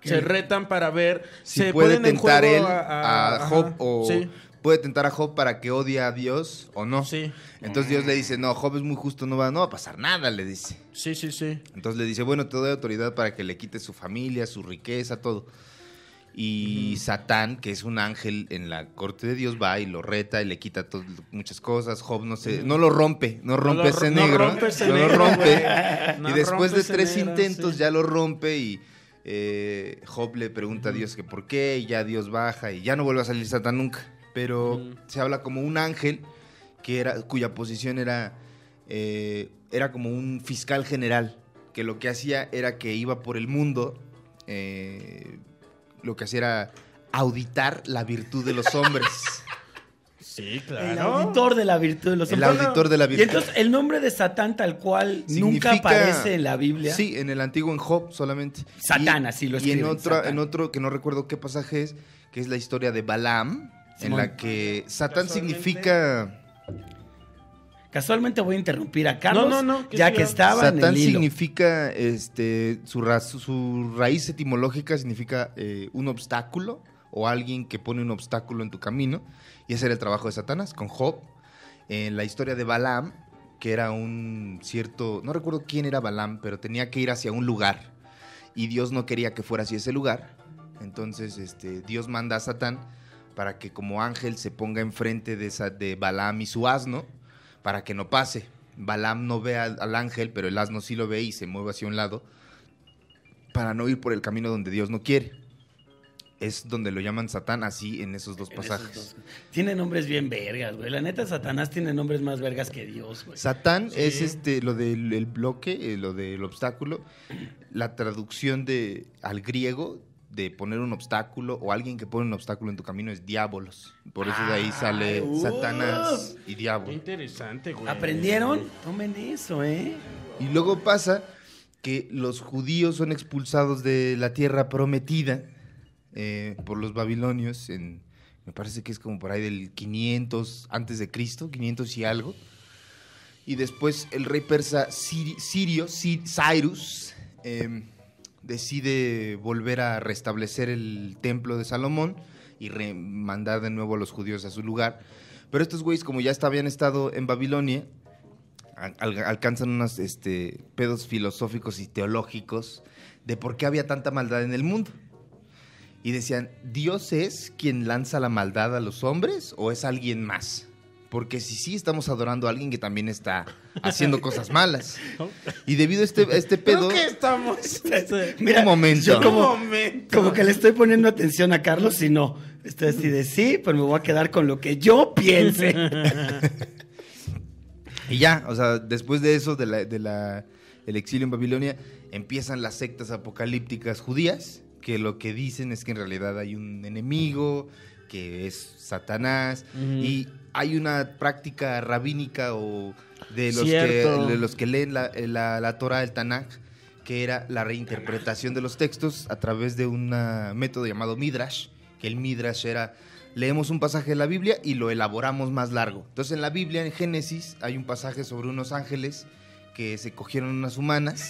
Speaker 5: ¿Qué?
Speaker 4: Se retan para ver
Speaker 6: si
Speaker 4: se
Speaker 6: puede
Speaker 4: ponen en
Speaker 6: tentar
Speaker 4: juego
Speaker 6: él
Speaker 4: a,
Speaker 6: a,
Speaker 4: ajá,
Speaker 6: Job o
Speaker 4: sí,
Speaker 6: puede tentar a Job para que odie a Dios o no.
Speaker 4: sí,
Speaker 6: Entonces Dios le dice, no, Job es muy justo, no va, no va a pasar nada, le dice.
Speaker 4: sí, sí, sí.
Speaker 6: Entonces le dice, bueno, te doy autoridad para que le quites su familia, su riqueza, todo. Y Satán, que es un ángel en la corte de Dios, va y lo reta y le quita to- muchas cosas. Job no se, no lo rompe, no rompe
Speaker 4: lo-
Speaker 6: ese
Speaker 4: no
Speaker 6: negro.
Speaker 4: rompe ese
Speaker 6: no
Speaker 4: negro,
Speaker 6: lo rompe.
Speaker 4: güey. No
Speaker 6: y después
Speaker 4: rompe
Speaker 6: de
Speaker 4: ese
Speaker 6: tres
Speaker 4: negro,
Speaker 6: intentos
Speaker 4: sí.
Speaker 6: ya lo rompe y eh, Job le pregunta a Dios que por qué y ya Dios baja y ya no vuelve a salir Satán nunca. Pero se habla como un ángel que era, cuya posición era, eh, era como un fiscal general, que lo que hacía era que iba por el mundo, eh, lo que hacía era auditar la virtud de los hombres.
Speaker 4: Sí,
Speaker 5: El
Speaker 4: claro.
Speaker 5: auditor de la virtud
Speaker 4: Pues
Speaker 5: de
Speaker 6: el
Speaker 5: los hombres.
Speaker 6: auditor de la
Speaker 5: Y
Speaker 6: virtud.
Speaker 5: entonces el nombre de Satán tal cual
Speaker 6: Significa-
Speaker 5: nunca aparece en la Biblia.
Speaker 6: Sí, en el antiguo, en Job solamente.
Speaker 5: Satán,
Speaker 6: Y-
Speaker 5: así lo
Speaker 6: Y en,
Speaker 5: escriben,
Speaker 6: otra-
Speaker 5: Satán.
Speaker 6: en otro que no recuerdo qué pasaje es, que es la historia de Balaam, en
Speaker 5: Simón.
Speaker 6: la que Satán
Speaker 4: Casualmente-
Speaker 6: significa...
Speaker 5: Casualmente voy a interrumpir a Carlos,
Speaker 4: No, no, no, que
Speaker 5: ya
Speaker 4: siga.
Speaker 5: que estaba en
Speaker 6: Satán
Speaker 5: el hilo.
Speaker 6: significa, este, su, ra- su raíz etimológica significa eh, un obstáculo o alguien que pone un obstáculo en tu camino. Y ese era el trabajo de Satanás con Job. En la historia de Balaam, que era un cierto, no recuerdo quién era Balaam, pero tenía que ir hacia un lugar. Y Dios no quería que fuera hacia ese lugar. Entonces, este, Dios manda a Satán para que como ángel se ponga enfrente de, esa, de Balaam y su asno para que no pase. Balaam no ve al, al ángel, pero el asno sí lo ve y se mueve hacia un lado para no ir por el camino donde Dios no quiere. Es donde lo llaman Satán así en esos dos
Speaker 5: En esos
Speaker 6: pasajes.
Speaker 5: dos. Tiene nombres bien vergas, güey. La neta, Satanás tiene nombres más vergas que Dios, güey.
Speaker 6: Satán
Speaker 4: Sí.
Speaker 6: es este lo del el bloque, eh, lo del obstáculo, la traducción de al griego de poner un obstáculo o alguien que pone un obstáculo en tu camino es diabolos. Por eso de ahí sale
Speaker 5: uf.
Speaker 6: Satanás y
Speaker 4: Qué
Speaker 6: diablo.
Speaker 4: interesante, güey.
Speaker 5: ¿Aprendieron? Tomen eso, ¿eh?
Speaker 6: Y luego pasa que los judíos son expulsados de la tierra prometida eh, por los babilonios en me parece que es como por ahí del 500 antes de Cristo, 500 y algo. Y después el rey persa Siri- Sirio, Si- Cyrus, eh, decide volver a restablecer el templo de Salomón y re- mandar de nuevo a los judíos a su lugar. Pero estos güeyes, como ya hasta habían estado en Babilonia, al- al- alcanzan unos este, pedos filosóficos y teológicos de por qué había tanta maldad en el mundo. Y decían, ¿Dios es quien lanza la maldad a los hombres o es alguien más? Porque si sí, estamos adorando a alguien que también está haciendo cosas malas. Y debido a este, a este pedo...
Speaker 4: Creo que estamos. este,
Speaker 6: Mira, un momento.
Speaker 5: yo como-
Speaker 4: un momento.
Speaker 5: Como que le estoy poniendo atención a Carlos y no. Estoy así de sí, pero me voy a quedar con lo que yo piense.
Speaker 6: Y ya, o sea, después de eso, de la, de la- el exilio en Babilonia, empiezan las sectas apocalípticas judías, que lo que dicen es que en realidad hay un enemigo, que es Satanás, y hay una práctica rabínica o de los,
Speaker 4: Cierto.
Speaker 6: que, de los que leen la, eh, la, la Torah, el Tanakh, que era la reinterpretación de los textos a través de un método ah, llamado Midrash, que el Midrash era, leemos un pasaje de la Biblia y lo elaboramos más largo. Entonces en la Biblia, en Génesis, hay un pasaje sobre unos ángeles que se cogieron unas humanas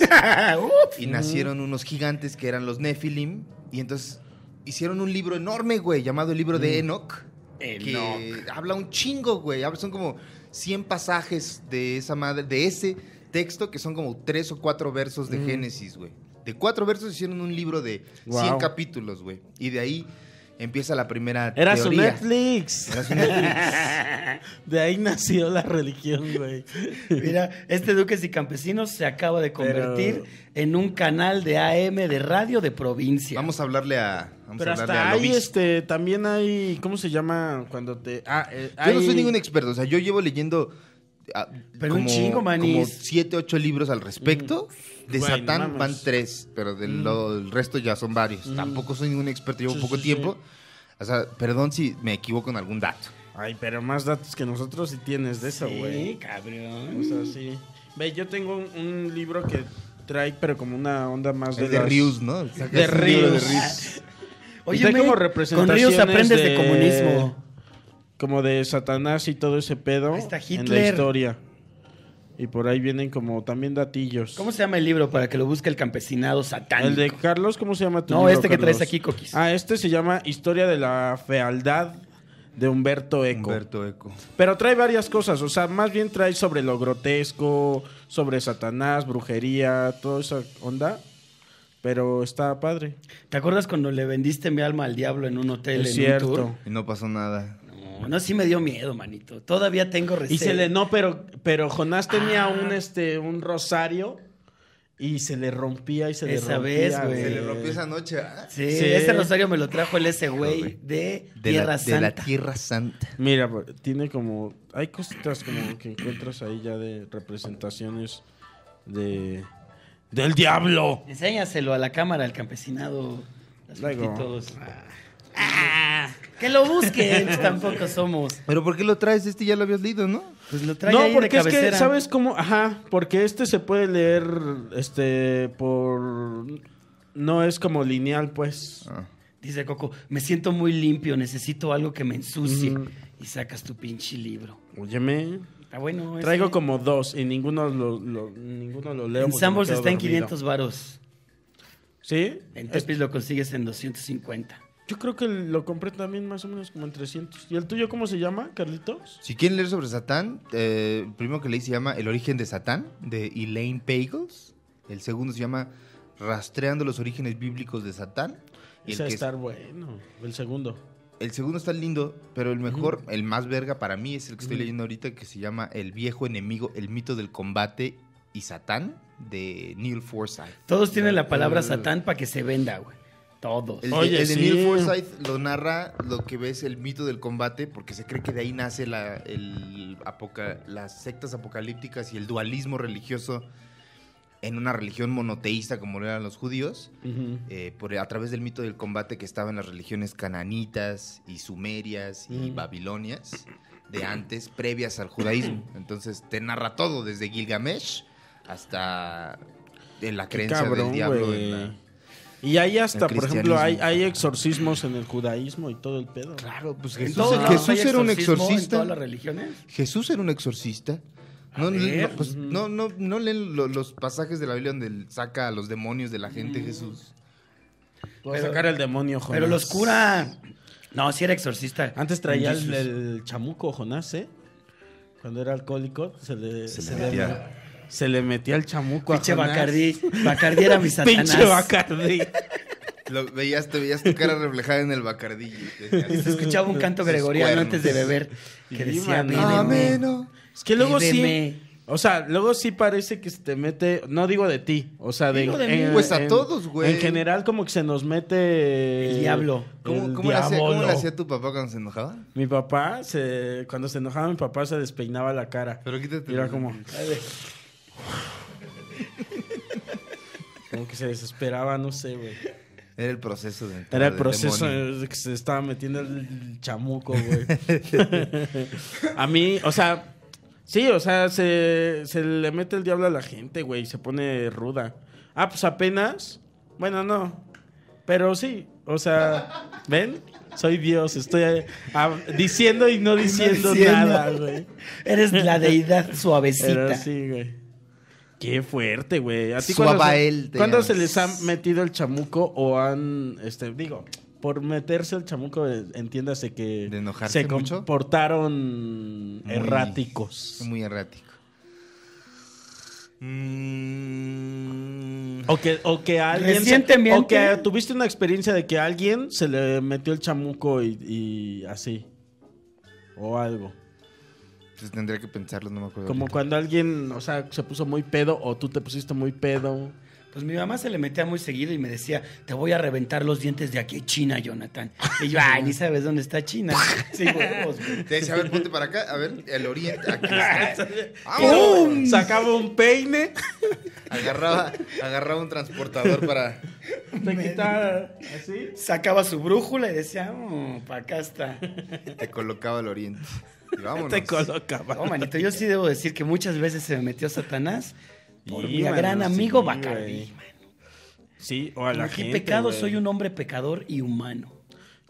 Speaker 6: y nacieron unos gigantes que eran los Nephilim. Y entonces hicieron un libro enorme, güey, llamado el libro de Enoch. Eh, Que
Speaker 5: Enoch.
Speaker 6: habla un chingo, güey. Habla- Son como 100 pasajes de esa madre, de ese texto que son como tres o cuatro versos
Speaker 4: Mm.
Speaker 6: de Génesis, güey. De cuatro versos hicieron un libro de 100
Speaker 4: Wow.
Speaker 6: capítulos, güey. Y de ahí empieza la primera
Speaker 4: Era su
Speaker 6: teoría.
Speaker 4: Netflix.
Speaker 6: Era su Netflix.
Speaker 4: De ahí nació la religión, güey.
Speaker 5: Mira, este Duques y Campesinos se acaba de convertir en un canal de AM de radio de provincia.
Speaker 6: Vamos a hablarle a. Vamos
Speaker 4: Pero
Speaker 6: a hablarle
Speaker 4: hasta
Speaker 6: al
Speaker 4: ahí,
Speaker 6: obispo.
Speaker 4: este, también hay, ¿cómo se llama cuando te...? Ah, eh,
Speaker 6: Yo no
Speaker 4: hay-
Speaker 6: soy ningún experto, o sea, yo llevo leyendo. ah,
Speaker 5: Pero un chingo, manis. Mm.
Speaker 6: Como siete, ocho libros al respecto. De
Speaker 4: Güey, no
Speaker 6: Satán
Speaker 4: mames.
Speaker 6: van tres, pero del lo- del resto ya son varios.
Speaker 5: Mm.
Speaker 6: Tampoco soy ningún experto, llevo
Speaker 4: Sí,
Speaker 6: poco
Speaker 4: sí,
Speaker 6: tiempo. O sea, perdón si me equivoco en algún dato.
Speaker 4: Ay, pero más datos que nosotros sí tienes de eso, güey.
Speaker 5: Sí, cabrón.
Speaker 4: O sea, sí. Ve, yo tengo un, un libro que trae, pero como una onda más de.
Speaker 6: Es de
Speaker 4: las-
Speaker 6: Rius, ¿no? O sea, que
Speaker 4: De
Speaker 6: es un libro
Speaker 4: Rius.
Speaker 5: Oye,
Speaker 4: Trae
Speaker 5: men,
Speaker 4: como
Speaker 5: con
Speaker 4: representaciones
Speaker 5: Ríos aprendes de, comunismo.
Speaker 4: Como de Satanás y todo ese pedo.
Speaker 5: Ahí está
Speaker 4: En la
Speaker 5: Hitler.
Speaker 4: historia. Y por ahí vienen como también datillos.
Speaker 5: ¿Cómo se llama el libro para que lo busque el campesinado satánico?
Speaker 4: El de Carlos, ¿cómo se llama tu
Speaker 5: No,
Speaker 4: libro,
Speaker 5: este que traes
Speaker 4: Carlos?
Speaker 5: aquí, Coquis.
Speaker 4: Ah, este se llama Historia de la fealdad de Humberto Eco.
Speaker 6: Humberto Eco.
Speaker 4: Pero trae varias cosas, o sea, más bien trae sobre lo grotesco, sobre Satanás, brujería, toda esa onda. Pero está padre.
Speaker 5: ¿Te acuerdas cuando le vendiste mi alma al diablo en un hotel? en
Speaker 4: Es
Speaker 5: un
Speaker 4: cierto.
Speaker 5: tour?
Speaker 6: Y no pasó nada.
Speaker 5: No, no, sí me dio miedo, manito. Todavía tengo recelo.
Speaker 4: Y se le no, pero pero
Speaker 5: Ah.
Speaker 4: Jonás tenía un este un rosario y se le rompía y se le
Speaker 5: Esa
Speaker 4: rompía.
Speaker 5: vez, güey.
Speaker 6: Se le rompió esa noche. ¿ah?
Speaker 5: Sí,
Speaker 4: Sí.
Speaker 5: ese rosario me lo trajo el ese güey de,
Speaker 6: De,
Speaker 5: Tierra
Speaker 6: la, de
Speaker 5: Santa.
Speaker 6: la Tierra Santa.
Speaker 4: Mira, bro, tiene como hay cositas como que encuentras ahí ya de representaciones de del diablo.
Speaker 5: Enséñaselo a la cámara, al campesinado. Las
Speaker 4: Luego.
Speaker 5: fotitos. Ah, que lo busquen, pues tampoco somos.
Speaker 6: Pero ¿por qué lo traes? Este ya lo habías leído, ¿no?
Speaker 5: Pues lo trae
Speaker 4: no,
Speaker 5: ahí
Speaker 4: porque
Speaker 5: de
Speaker 4: es que
Speaker 5: cabecera.
Speaker 4: sabes cómo, ajá, porque este se puede leer este por no es como lineal, pues.
Speaker 6: Ah.
Speaker 5: Dice Coco, me siento muy limpio, necesito algo que me ensucie. Y sacas tu pinche libro.
Speaker 4: Óyeme,
Speaker 5: Está bueno. ¿eh? ese.
Speaker 4: traigo como dos y ninguno lo, lo- ninguno lo leo.
Speaker 5: En
Speaker 4: porque me
Speaker 5: Sambors
Speaker 4: quedo
Speaker 5: está en
Speaker 4: dormido.
Speaker 5: 500 varos.
Speaker 4: ¿Sí?
Speaker 5: En
Speaker 4: Este-
Speaker 5: Tepis lo consigues en 250.
Speaker 4: Yo creo que lo compré también más o menos como en 300. ¿Y el tuyo cómo se llama, Carlitos?
Speaker 6: Si quieren leer sobre Satán, eh, el primero que leí se llama El origen de Satán, de Elaine Pagels. El segundo se llama Rastreando los orígenes bíblicos de Satán. Y el,
Speaker 4: Ese va
Speaker 6: que
Speaker 4: a
Speaker 6: es-
Speaker 4: estar bueno, el segundo.
Speaker 6: el segundo está lindo, pero el mejor, el más verga para mí es el que estoy leyendo ahorita, que se llama El viejo enemigo, el mito del combate y Satán, de Neil Forsyth.
Speaker 5: Todos tienen la
Speaker 4: Ah.
Speaker 5: palabra Satán para que se venda, güey. Todos.
Speaker 6: El, de-
Speaker 4: Oye,
Speaker 6: el de
Speaker 4: sí.
Speaker 6: Neil Forsyth lo narra lo que ves el mito del combate, porque se cree que de ahí nace la- el apoca- las sectas apocalípticas y el dualismo religioso en una religión monoteísta como lo eran los judíos, eh, por, a través del mito del combate que estaba en las religiones cananitas y sumerias
Speaker 4: Mm.
Speaker 6: y babilonias de antes, previas al judaísmo. Entonces te narra todo, desde Gilgamesh hasta eh, la
Speaker 4: Qué
Speaker 6: creencia del diablo.
Speaker 4: güey.
Speaker 6: en la-
Speaker 4: Y hay hasta,
Speaker 6: el
Speaker 4: por ejemplo, hay,
Speaker 6: cristianismo.
Speaker 4: hay exorcismos en el judaísmo y todo el pedo.
Speaker 6: Claro, pues
Speaker 5: En
Speaker 6: Jesús,
Speaker 5: todos lados
Speaker 6: Jesús
Speaker 5: hay
Speaker 6: era un
Speaker 5: exorcismo, En
Speaker 6: exorcista.
Speaker 5: todas las religiones.
Speaker 6: Jesús era un exorcista. No,
Speaker 5: ver.
Speaker 6: no, pues, no, no, no leen lo- los pasajes de la Biblia donde saca a los demonios de la gente
Speaker 5: Mm.
Speaker 6: Jesús.
Speaker 4: Tú vas a
Speaker 5: Pero-
Speaker 4: sacar el demonio, Jonás.
Speaker 5: Pero los cura. No, si era exorcista.
Speaker 4: Antes traía el,
Speaker 5: Jesus.
Speaker 4: el chamuco, Jonás, ¿eh? Cuando era alcohólico, se le, se le-
Speaker 6: metía.
Speaker 4: se le metía el chamuco
Speaker 5: Pinche
Speaker 4: a Jonás.
Speaker 5: Bacardí. Bacardí era mi satanás.
Speaker 4: Pinche Bacardí.
Speaker 6: Lo veías, te veías tu cara reflejada en el bacardillo.
Speaker 5: Y se escuchaba un canto
Speaker 6: Sus
Speaker 5: gregoriano
Speaker 6: cuernos.
Speaker 5: antes de beber. Que
Speaker 4: Sí,
Speaker 5: decía,
Speaker 4: mano.
Speaker 5: "Bébeme".
Speaker 6: Amén. no.
Speaker 4: Es que luego
Speaker 5: Bébeme.
Speaker 4: sí. O sea, luego sí parece que se te mete. No digo de ti, o sea, de.
Speaker 5: Digo de mí.
Speaker 6: Pues a todos, güey.
Speaker 4: En general, como que se nos mete.
Speaker 5: El diablo.
Speaker 6: ¿Cómo,
Speaker 4: el
Speaker 6: cómo le hacía, cómo le
Speaker 4: diablo.
Speaker 6: hacía tu papá cuando se enojaba?
Speaker 4: Mi papá, se, cuando se enojaba, mi papá se despeinaba la cara.
Speaker 6: Pero quítate.
Speaker 4: Y era como. Como que se desesperaba, no sé, güey.
Speaker 6: Era el proceso de entrar
Speaker 4: Era el
Speaker 6: del
Speaker 4: proceso
Speaker 6: demonio.
Speaker 4: de que se estaba metiendo el chamuco, güey. a mí, o sea, sí, o sea, se, se le mete el diablo a la gente, güey, se pone ruda. Ah, pues apenas. Bueno, no. Pero sí, o sea, ¿ven? Soy Dios, estoy ah, diciendo y no diciendo,
Speaker 5: diciendo.
Speaker 4: nada, güey.
Speaker 5: Eres la deidad
Speaker 4: Pero
Speaker 5: suavecita.
Speaker 4: sí, güey. Qué fuerte, güey. ¿A ti
Speaker 6: Suabael te
Speaker 4: cuándo, se, cuándo
Speaker 6: llamas.
Speaker 4: se les ha metido el chamuco o han, este, digo, por meterse el chamuco, eh, entiéndase que
Speaker 6: ¿De enojarse
Speaker 4: se
Speaker 6: mucho?
Speaker 4: comportaron
Speaker 6: Muy-
Speaker 4: erráticos.
Speaker 6: Muy errático. Mm.
Speaker 4: O que, o que alguien. se-
Speaker 5: Recientemente-
Speaker 4: o que tuviste una experiencia de que a alguien se le metió el chamuco y, y así. O algo.
Speaker 6: Pues tendría que pensarlo, no me acuerdo.
Speaker 4: Como
Speaker 6: ahorita.
Speaker 4: cuando alguien, o sea, se puso muy pedo o tú te pusiste muy pedo.
Speaker 5: Pues mi mamá se le metía muy seguido y me decía, te voy a reventar los dientes de aquí, China, Jonathan. Y yo, ay, ni sabes dónde está China. Sí, huevos, güey.
Speaker 6: Te dice, a ver, ponte para acá. A ver, el oriente. Aquí está. Ah, ¡Vámonos!
Speaker 4: ¡Pum! Sacaba un peine.
Speaker 6: Agarraba, agarraba un transportador para.
Speaker 4: Te quitaba así.
Speaker 5: Sacaba su brújula y decía, "Mm, pa' acá está.
Speaker 6: Te colocaba el oriente. Y vámonos.
Speaker 4: Te colocaba.
Speaker 5: No, manito, yo sí debo decir que muchas veces se me metió Satanás por
Speaker 4: Sí,
Speaker 5: mi
Speaker 4: mano,
Speaker 5: gran
Speaker 4: sí,
Speaker 5: amigo
Speaker 4: güey.
Speaker 5: Bacardí.
Speaker 4: Sí, o a la
Speaker 5: Por qué
Speaker 4: gente,
Speaker 5: pecado
Speaker 4: güey.
Speaker 5: soy un hombre pecador y humano.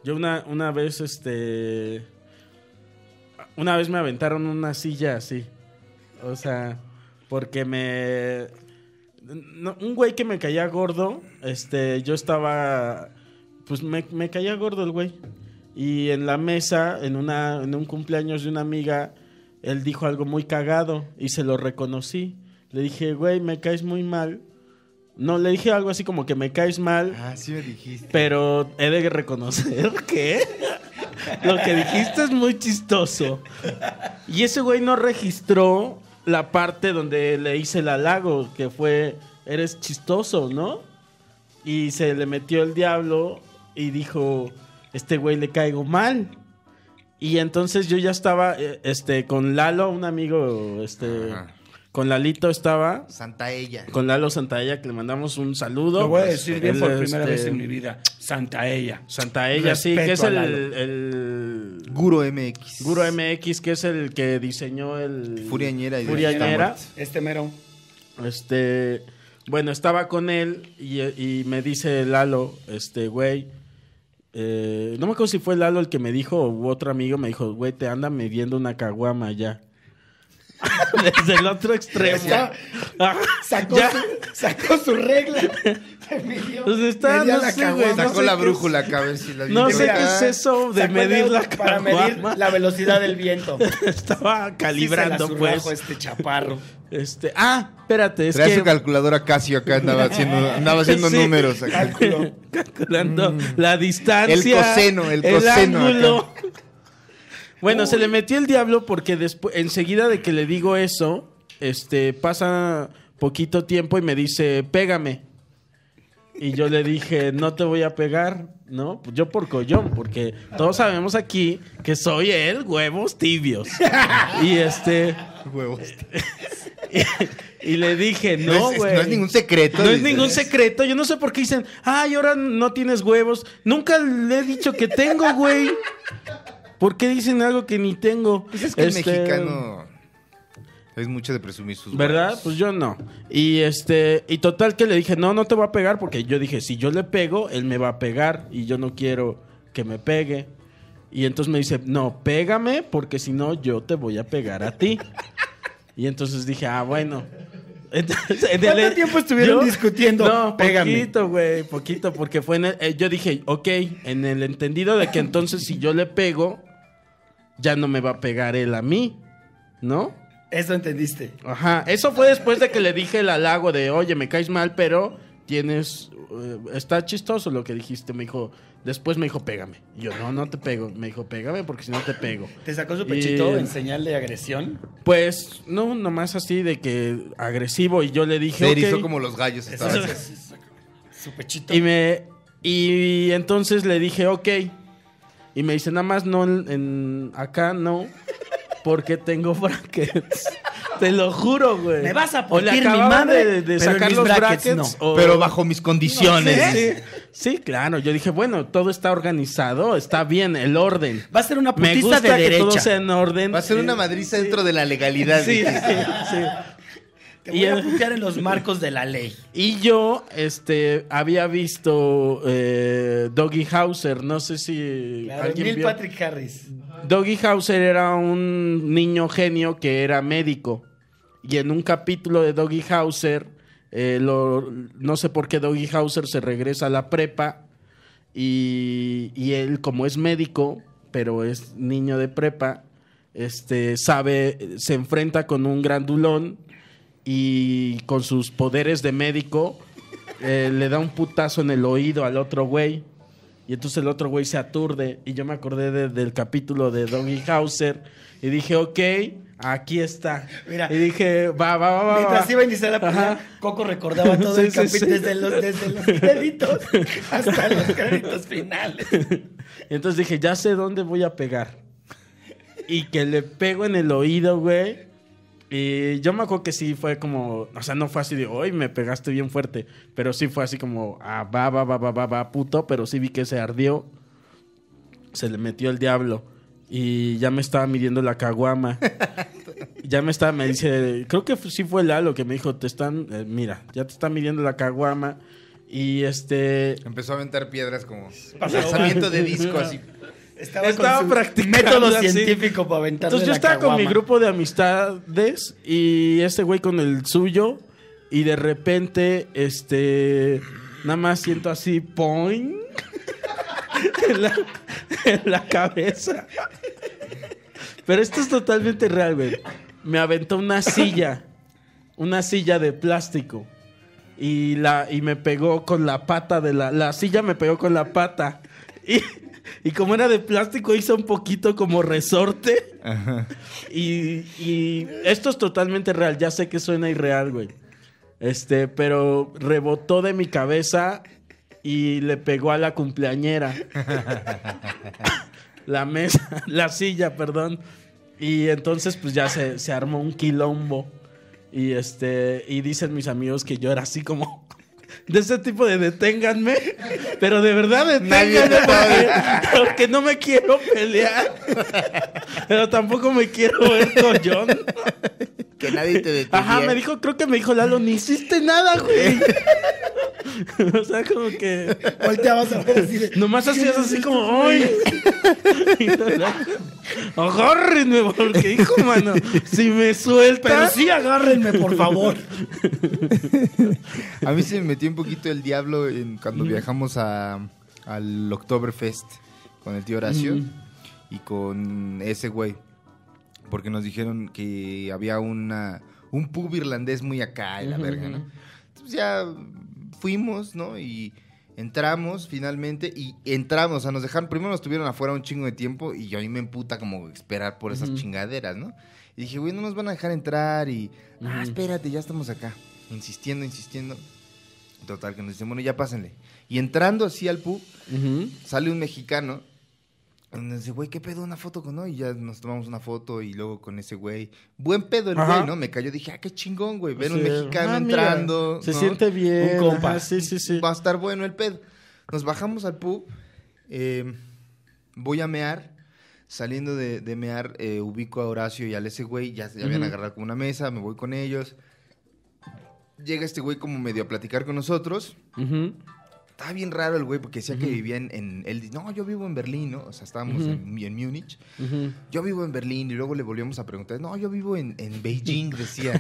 Speaker 4: Yo una, una vez, este. Una vez me aventaron una silla así. O sea, porque me. no, un güey que me caía gordo, este, yo estaba. Pues me, me caía gordo el güey. Y en la mesa, en, una, en un cumpleaños de una amiga, él dijo algo muy cagado y se lo reconocí. Le dije, güey, me caes muy mal. No, le dije algo así como que me caes mal.
Speaker 6: Ah, sí me dijiste.
Speaker 4: Pero he de reconocer que lo que dijiste es muy chistoso. Y ese güey no registró la parte donde le hice el halago, que fue, eres chistoso, ¿no? Y se le metió el diablo y dijo, este güey le caigo mal. Y entonces yo ya estaba eh, este, con Lalo, un amigo, este,
Speaker 6: Ajá.
Speaker 4: con Lalito estaba,
Speaker 6: Santa ella.
Speaker 4: con Lalo Santaella, que le mandamos un saludo. Pues,
Speaker 5: Lo voy a decir bien
Speaker 4: Él,
Speaker 5: por primera
Speaker 4: este,
Speaker 5: vez en mi vida. Santa ella.
Speaker 4: Santa Ella, sí,
Speaker 5: Respeto
Speaker 4: que es
Speaker 5: a
Speaker 4: el,
Speaker 5: Lalo.
Speaker 4: el
Speaker 6: Guro MX.
Speaker 4: Guro MX, que es el que diseñó el
Speaker 6: Furiañera y de
Speaker 4: Furiañera.
Speaker 6: Stamford.
Speaker 5: Este mero.
Speaker 4: Este, bueno, estaba con él y, y me dice Lalo, este, güey, eh, no me acuerdo si fue Lalo el que me dijo u otro amigo me dijo, güey, te anda midiendo una caguama ya. Desde el otro extremo.
Speaker 5: Ya.
Speaker 4: Ah,
Speaker 5: Sacó,
Speaker 4: ya.
Speaker 5: su, sacó su regla. Se midió.
Speaker 4: Pues está,
Speaker 5: Medía
Speaker 4: no
Speaker 5: la
Speaker 4: sé,
Speaker 5: caguama.
Speaker 4: güey,
Speaker 6: Sacó
Speaker 4: no sé
Speaker 6: la
Speaker 4: qué
Speaker 6: brújula acá a ver si la
Speaker 4: No
Speaker 6: vi.
Speaker 4: sé
Speaker 5: Mira,
Speaker 4: qué es eso de
Speaker 5: Sacó
Speaker 4: medir la
Speaker 5: Para medir
Speaker 4: caguama.
Speaker 5: la velocidad del viento.
Speaker 4: Estaba calibrando,
Speaker 5: Sí se la
Speaker 4: pues.
Speaker 5: surrajo este chaparro.
Speaker 4: Este, ah, espérate, es
Speaker 6: Traía
Speaker 4: que
Speaker 6: su calculadora Casio acá, andaba haciendo, andaba haciendo
Speaker 4: Sí.
Speaker 6: números acá.
Speaker 5: Cálculo.
Speaker 4: calculando
Speaker 5: Mm.
Speaker 4: la distancia,
Speaker 6: El coseno, el coseno
Speaker 4: ángulo. Bueno, se le metió el diablo porque después enseguida de que le digo eso, este pasa poquito tiempo y me dice, "Pégame." Y yo le dije, "No te voy a pegar." ¿No? Pues Yo por collón, porque todos sabemos aquí que soy el huevos tibios. y este
Speaker 6: Huevos.
Speaker 4: y le dije,
Speaker 6: No,
Speaker 4: "No,
Speaker 6: es,
Speaker 4: güey."
Speaker 6: no es ningún secreto.
Speaker 4: No es
Speaker 6: dice.
Speaker 4: ningún secreto. Yo no sé por qué dicen, ay, ahora no tienes huevos. Nunca le he dicho que tengo, güey. ¿Por qué dicen algo que ni tengo?
Speaker 6: Pues es que el
Speaker 4: Este,
Speaker 6: mexicano es mucho de presumir sus
Speaker 4: ¿Verdad?
Speaker 6: huevos.
Speaker 4: Pues yo no. Y este, y total que le dije, no, no te voy a pegar, porque yo dije, si yo le pego, él me va a pegar y yo no quiero que me pegue. Y entonces me dice, no, pégame, porque si no, yo te voy a pegar a ti. y entonces dije, ah, bueno. Entonces, en
Speaker 5: ¿Cuánto tiempo estuvieron discutiendo?
Speaker 4: No,
Speaker 5: Pégame.
Speaker 4: poquito, güey, poquito, porque fue en el- eh, yo dije, ok, en el entendido de que entonces si yo le pego, ya no me va a pegar él a mí, ¿no?
Speaker 5: Eso entendiste.
Speaker 4: Ajá, eso fue después de que le dije el halago de, oye, me caes mal, pero tienes, eh, está chistoso lo que dijiste, me dijo, después me dijo, pégame. Y Yo, no, no te pego, me dijo, pégame porque si no te pego.
Speaker 5: ¿Te sacó su pechito
Speaker 4: Y-
Speaker 5: en señal de agresión?
Speaker 4: Pues, no, nomás así de que agresivo y yo le dije,
Speaker 6: Se erizó
Speaker 4: "Ok".
Speaker 6: como los gallos esta
Speaker 5: Eso-
Speaker 6: vez.
Speaker 5: Su pechito.
Speaker 4: y me, y entonces le dije, ok, y me dice, nada más no, en, en- acá no, porque tengo brackets. Te lo juro, güey.
Speaker 5: Me vas a
Speaker 4: O le
Speaker 5: partir mi
Speaker 4: acababa
Speaker 5: madre,
Speaker 4: de, de
Speaker 5: pero
Speaker 4: sacar
Speaker 5: mis
Speaker 4: los brackets,
Speaker 5: brackets no.
Speaker 4: o-
Speaker 6: Pero bajo mis condiciones.
Speaker 4: Oh. Sí, sí, claro. Yo dije, bueno, todo está organizado, está bien, el orden.
Speaker 5: Va a ser una
Speaker 4: Me
Speaker 5: putiza
Speaker 4: gusta
Speaker 5: de
Speaker 4: que todo
Speaker 5: derecha.
Speaker 4: sea en orden.
Speaker 6: Va a ser
Speaker 4: Sí.
Speaker 6: una madriza dentro de la legalidad.
Speaker 4: Sí, sí,
Speaker 6: dice.
Speaker 4: sí.
Speaker 5: Te voy
Speaker 4: Y
Speaker 5: a
Speaker 4: el-
Speaker 5: putear en los marcos de la ley.
Speaker 4: Y yo, este, había visto eh, Doggy Hauser, no sé si
Speaker 5: Claro,
Speaker 4: alguien
Speaker 5: Neil
Speaker 4: vio.
Speaker 5: Patrick Harris.
Speaker 4: Doggy Hauser era un niño genio que era médico. Y en un capítulo de Doggy Hauser, eh, lo- no sé por qué Doggy Hauser se regresa a la prepa. Y, y él, como es médico, pero es niño de prepa, este, sabe, se enfrenta con un grandulón y con sus poderes de médico eh, le da un putazo en el oído al otro güey. Y entonces el otro güey se aturde. Y yo me acordé de- del capítulo de Doggy Hauser. Y dije, ok, aquí está.
Speaker 5: Mira.
Speaker 4: y dije, va, va, va, va.
Speaker 5: Mientras
Speaker 4: va".
Speaker 5: iba a iniciar la pelea,
Speaker 4: Ajá.
Speaker 5: Coco recordaba todo el
Speaker 4: Sí, sí,
Speaker 5: capítulo
Speaker 4: sí.
Speaker 5: desde, los, desde los créditos hasta los créditos finales.
Speaker 4: Y entonces dije, ya sé dónde voy a pegar. Y que le pego en el oído, güey. Y yo me acuerdo que sí fue como, o sea, no fue así de, hoy me pegaste bien fuerte. Pero sí fue así como, ah, va, va, va, va, va, va, puto. Pero sí vi que se ardió. Se le metió el diablo. Y ya me estaba midiendo la caguama. ya me estaba, me dice, creo que sí fue Lalo que me dijo, te están, eh, mira, ya te están midiendo la caguama. Y este,
Speaker 6: Empezó a aventar piedras como
Speaker 5: Pasaba-
Speaker 6: lanzamiento de disco así.
Speaker 5: Estaba,
Speaker 4: Estaba
Speaker 5: con su
Speaker 4: practicando
Speaker 5: método
Speaker 4: así.
Speaker 5: científico para aventar.
Speaker 4: Entonces yo estaba con mi grupo de amistades y este güey con el suyo y de repente, este, nada más siento así, poing, en la, en la cabeza. Pero esto es totalmente real, güey. Me aventó una silla, una silla de plástico. Y, la, y me pegó con la pata de la... La silla me pegó con la pata. Y, y como era de plástico, hizo un poquito como resorte. Y, y esto es totalmente real. Ya sé que suena irreal, güey. Este, pero rebotó de mi cabeza y le pegó a la cumpleañera. la mesa, la silla, perdón. Y entonces, pues ya se, se armó un quilombo. Y este, y dicen mis amigos que yo era así como. De ese tipo de deténganme, pero de verdad deténganme porque, porque no me quiero pelear, pero tampoco me quiero ver con John.
Speaker 6: Que nadie te detuviera.
Speaker 4: Ajá, me dijo, creo que me dijo Lalo, ni hiciste nada, güey. o sea, como que.
Speaker 5: Volteabas a ver así de,
Speaker 4: Nomás hacías así como, ¡ay! Agárrenme, porque hijo, mano, si me
Speaker 5: Pero
Speaker 4: sueltas.
Speaker 5: sí, agárrenme, por favor.
Speaker 6: A mí se me metió un poquito el diablo en- cuando viajamos a, al Oktoberfest con el tío Horacio y con ese güey. Porque nos dijeron que había una, un pub irlandés muy acá, en la verga, ¿no? Entonces ya fuimos, ¿no? Y entramos finalmente y entramos, o sea, nos dejaron, primero nos tuvieron afuera un chingo de tiempo y yo ahí me emputa como esperar por esas chingaderas, ¿no? Y dije, güey, no nos van a dejar entrar y, ah, espérate, ya estamos acá, insistiendo, insistiendo. Total, que nos dicen, bueno, ya pásenle. Y entrando así al pub,
Speaker 4: Ujú.
Speaker 6: sale un mexicano. Y nos dice, güey, ¿qué pedo? Una foto con, ¿no? Y ya nos tomamos una foto y luego con ese güey. Buen pedo el
Speaker 4: Ajá.
Speaker 6: güey, ¿no? Me cayó, dije, ah, qué chingón, güey. Ver un
Speaker 4: Sí.
Speaker 6: mexicano
Speaker 4: Ah, mira,
Speaker 6: entrando.
Speaker 4: Se
Speaker 6: ¿no?
Speaker 4: siente bien.
Speaker 5: Un compa.
Speaker 4: ajá, sí, sí, sí.
Speaker 6: Va a estar bueno el pedo. Nos bajamos al pub. eh, voy a mear. Saliendo de, de mear, eh, ubico a Horacio y al ese güey. Ya se habían agarrado como una mesa, me voy con ellos. Llega este güey como medio a platicar con nosotros.
Speaker 4: Ujú.
Speaker 6: Estaba bien raro el güey porque decía que vivía en, en- Él dice, no, yo vivo en Berlín, ¿no? O sea, estábamos en, en Múnich.
Speaker 4: Ujú.
Speaker 6: Yo vivo en Berlín y luego le volvíamos a preguntar, no, yo vivo en, en Beijing, decía.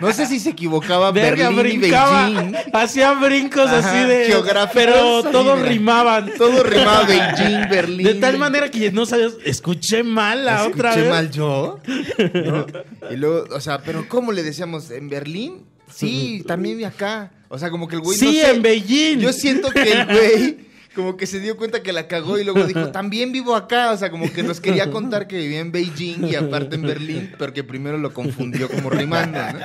Speaker 6: No sé si se equivocaba
Speaker 4: Verga,
Speaker 6: Berlín y
Speaker 4: brincaba.
Speaker 6: Beijing.
Speaker 4: Hacía brincos
Speaker 6: Ajá,
Speaker 4: así de.
Speaker 6: geográficos,
Speaker 4: Pero
Speaker 6: así,
Speaker 4: todos
Speaker 6: mira.
Speaker 4: rimaban.
Speaker 6: Todo rimaba Beijing, Berlín.
Speaker 4: De tal manera que no sabías. Escuché mal la
Speaker 6: ¿Escuché
Speaker 4: otra vez.
Speaker 6: mal yo? ¿No? Y luego, o sea, pero ¿cómo le decíamos? ¿En Berlín? Sí, también acá. O sea, como que el güey no
Speaker 4: sí,
Speaker 6: sé.
Speaker 4: en Beijing.
Speaker 6: Yo siento que el güey como que se dio cuenta que la cagó y luego dijo, también vivo acá. O sea, como que nos quería contar que vivía en Beijing y aparte en Berlín, pero que primero lo confundió como rimando, ¿no?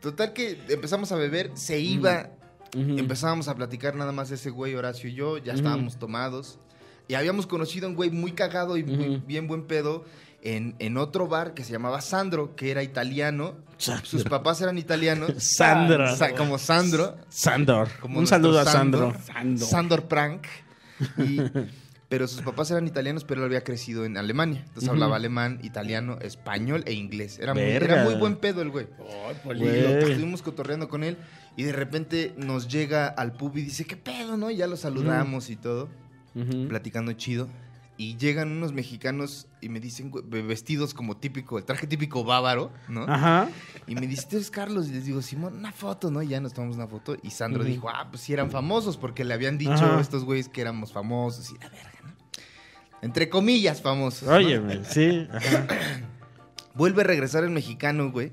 Speaker 6: Total que empezamos a beber, se iba,
Speaker 4: Ujú.
Speaker 6: empezábamos a platicar nada más ese güey, Horacio y yo, ya estábamos tomados. Y habíamos conocido a un güey muy cagado y muy-
Speaker 4: Ujú.
Speaker 6: bien buen pedo en, en otro bar que se llamaba Sandro, que era italiano.
Speaker 4: Sandro.
Speaker 6: Sus papás eran italianos.
Speaker 4: Sandra.
Speaker 6: Ah, Sa- como Sandro.
Speaker 4: Sandor.
Speaker 6: Como
Speaker 4: Un
Speaker 6: nuestro
Speaker 4: saludo a
Speaker 6: Sandor.
Speaker 4: Sandro.
Speaker 5: Sando.
Speaker 6: Sandor Prank. Y Pero sus papás eran italianos, pero él había crecido en Alemania. Entonces
Speaker 4: Ujú.
Speaker 6: hablaba alemán, italiano, español e inglés. Era muy,
Speaker 4: Verga.
Speaker 6: era muy buen pedo el güey.
Speaker 5: Ay,
Speaker 6: Y lo-
Speaker 4: Güey.
Speaker 6: estuvimos cotorreando con él y de repente nos llega al pub y dice, ¿qué pedo, no? Y ya lo saludamos y todo, platicando chido. Y llegan unos mexicanos y me dicen, güey, ve- vestidos como típico, el traje típico bávaro, ¿no?
Speaker 4: Ajá.
Speaker 6: Y me dice, tú eres Carlos. Y les digo, Simón, una foto, ¿no? Y ya nos tomamos una foto. Y Sandro
Speaker 4: Ujú.
Speaker 6: dijo, ah, pues sí eran famosos, porque le habían dicho
Speaker 4: Ajá.
Speaker 6: a estos güeyes que éramos famosos y la verga, ¿no? Entre comillas, famosos. ¿no?
Speaker 4: Óyeme, sí. Ajá.
Speaker 6: Vuelve a regresar el mexicano, güey.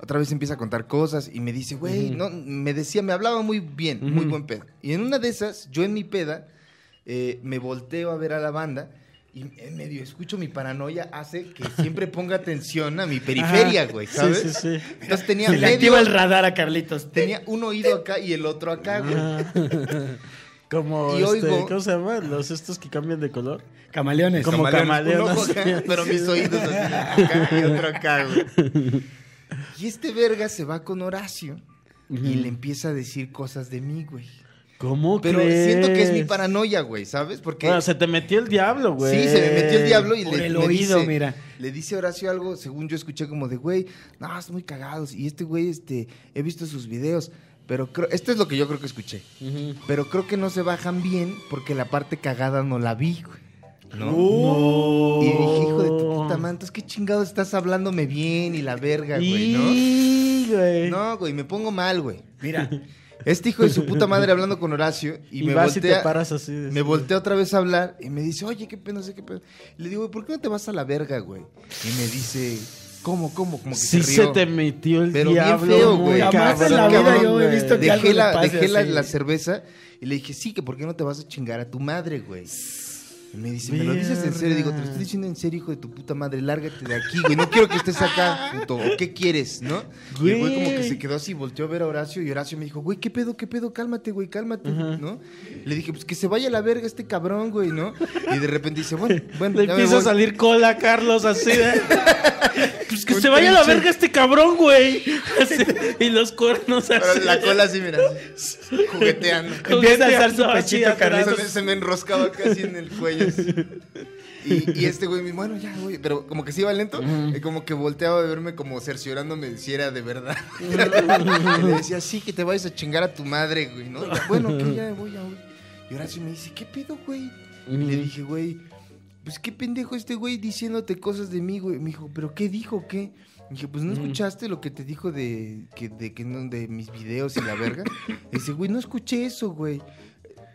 Speaker 6: Otra vez empieza a contar cosas y me dice, güey,
Speaker 4: Ujú.
Speaker 6: no, me decía, me hablaba muy bien, muy
Speaker 4: Ujú.
Speaker 6: buen pedo. Y en una de esas, yo en mi peda, eh, me volteo a ver a la banda y en medio escucho mi paranoia, hace que siempre ponga atención a mi periferia,
Speaker 4: Ajá.
Speaker 6: güey, ¿sabes?
Speaker 4: Sí, sí, sí.
Speaker 6: Entonces tenía
Speaker 5: Se le
Speaker 6: medio-
Speaker 5: activa el radar a Carlitos.
Speaker 6: Tenía un oído acá y el otro acá, güey.
Speaker 4: Ah. Como,
Speaker 6: Y
Speaker 4: este,
Speaker 6: oigo-
Speaker 4: ¿cómo se llaman? Los estos que cambian de color.
Speaker 5: Camaleones.
Speaker 4: Como
Speaker 6: Camaleones, un
Speaker 4: camaleones.
Speaker 6: ojo acá, pero
Speaker 4: Sí.
Speaker 6: mis oídos así, acá y otro acá, güey. Y este verga se va con Horacio y le empieza a decir cosas de mí, güey.
Speaker 4: ¿Cómo
Speaker 6: Pero siento que es mi
Speaker 4: crees?
Speaker 6: paranoia, güey, ¿sabes? Porque
Speaker 4: Bueno, se te metió el diablo, güey.
Speaker 6: Sí, se me metió el diablo y
Speaker 5: Por
Speaker 6: le,
Speaker 5: el
Speaker 6: le
Speaker 5: oído,
Speaker 6: dice,
Speaker 5: mira.
Speaker 6: Le dice Horacio algo, según yo escuché como de, güey, no, es muy cagados. Y este güey, este, he visto sus videos, pero creo, esto es lo que yo creo que escuché. Pero creo que no se bajan bien porque la parte cagada no la vi, güey. ¿No?
Speaker 4: No.
Speaker 6: Y dije, hijo de tu
Speaker 4: Oh.
Speaker 6: puta madre, entonces, ¿qué chingados estás hablándome bien y la verga, güey, no?
Speaker 4: Y, güey.
Speaker 6: No, güey, me pongo mal, güey.
Speaker 5: Mira,
Speaker 6: Este hijo de su puta madre hablando con Horacio y,
Speaker 4: Y,
Speaker 6: me
Speaker 4: vas y
Speaker 6: voltea.
Speaker 4: te paras así. de-
Speaker 6: Me voltea otra vez a hablar y me dice, oye, qué pena, no sé qué pena. Le digo, "Güey, ¿por qué no te vas a la verga, güey? Y me dice, ¿cómo, cómo? Como que
Speaker 4: Sí
Speaker 6: se, rió.
Speaker 4: se te metió el
Speaker 6: Pero bien
Speaker 4: diablo.
Speaker 6: feo,
Speaker 4: muy
Speaker 6: güey.
Speaker 5: Jamás en la
Speaker 4: cabrón,
Speaker 5: vida yo he
Speaker 4: güey.
Speaker 5: visto que algo
Speaker 6: Dejé,
Speaker 5: le
Speaker 6: la,
Speaker 5: pase
Speaker 6: dejé la,
Speaker 5: así.
Speaker 6: la cerveza y le dije, sí, que ¿por qué no te vas a chingar a tu madre, güey? Y me dice, ¿me lo dices en serio? Digo, te lo estoy diciendo en serio, hijo de tu puta madre, lárgate de aquí, güey. No quiero que estés acá, puto. ¿O qué quieres, no? Y el güey como que se quedó así, volteó a ver a Horacio y Horacio me dijo, güey, ¿qué pedo, qué pedo? Cálmate, güey, cálmate, ¿no? Le dije, pues que se vaya a la verga este cabrón, güey, ¿no? Y de repente dice, bueno, bueno,
Speaker 4: Le
Speaker 6: ya me
Speaker 4: empieza a
Speaker 6: voy".
Speaker 4: salir cola a Carlos así de. Pues que
Speaker 6: Un
Speaker 4: se vaya a la
Speaker 6: trinche.
Speaker 4: verga este cabrón, güey. Así, y los cuernos así.
Speaker 6: Pero la cola así, mira, así, jugueteando.
Speaker 5: Empieza a alzar su
Speaker 4: Jugueteando así
Speaker 5: pechito,
Speaker 4: atrás.
Speaker 5: Carlitos.
Speaker 6: Se me, se me enroscaba casi en el cuello. así. Y, y este güey, me dice, bueno, ya, güey, pero como que se iba lento, y como que volteaba a verme como cerciorándome si era de verdad. Y le decía, sí, que te vayas a chingar a tu madre, güey, ¿no? Y, bueno, que ya voy, ya voy. Y Horacio me dice, ¿qué pedo, güey? Y le dije, güey, pues qué pendejo este güey diciéndote cosas de mí, güey. Me dijo, ¿pero qué dijo, qué? Y dije, pues no escuchaste lo que te dijo de, que, de, que no- de mis videos y la verga. Y dice, güey, no escuché eso, güey.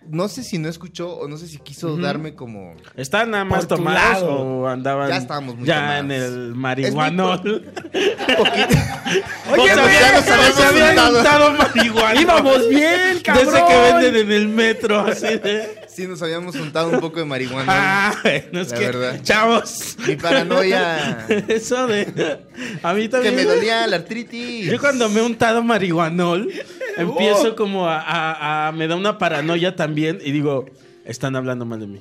Speaker 6: No sé si no escuchó o no sé si quiso darme como...
Speaker 4: ¿Estaban nada más
Speaker 5: Por tu
Speaker 4: tomados
Speaker 5: lado.
Speaker 4: o andaban
Speaker 6: Ya estábamos muy
Speaker 4: ya
Speaker 6: tomados.
Speaker 4: en el marihuanol?
Speaker 5: Oye,
Speaker 4: O sea,
Speaker 5: güey,
Speaker 4: habían-
Speaker 6: nos habíamos
Speaker 4: se habían
Speaker 6: juntado.
Speaker 4: untado marihuana.
Speaker 5: Íbamos bien, cabrón.
Speaker 4: De ese que venden en el metro, así de.
Speaker 6: Sí, nos habíamos juntado un poco de marihuana.
Speaker 4: Ah, no es
Speaker 6: La
Speaker 4: que.
Speaker 6: verdad.
Speaker 4: Chavos.
Speaker 6: Mi paranoia...
Speaker 4: Eso de. A mí
Speaker 6: que
Speaker 4: también.
Speaker 6: me dolía la artritis.
Speaker 4: Yo cuando me he untado marihuanol, empiezo como a, a- a- Me da una paranoia también y digo, están hablando mal de mí.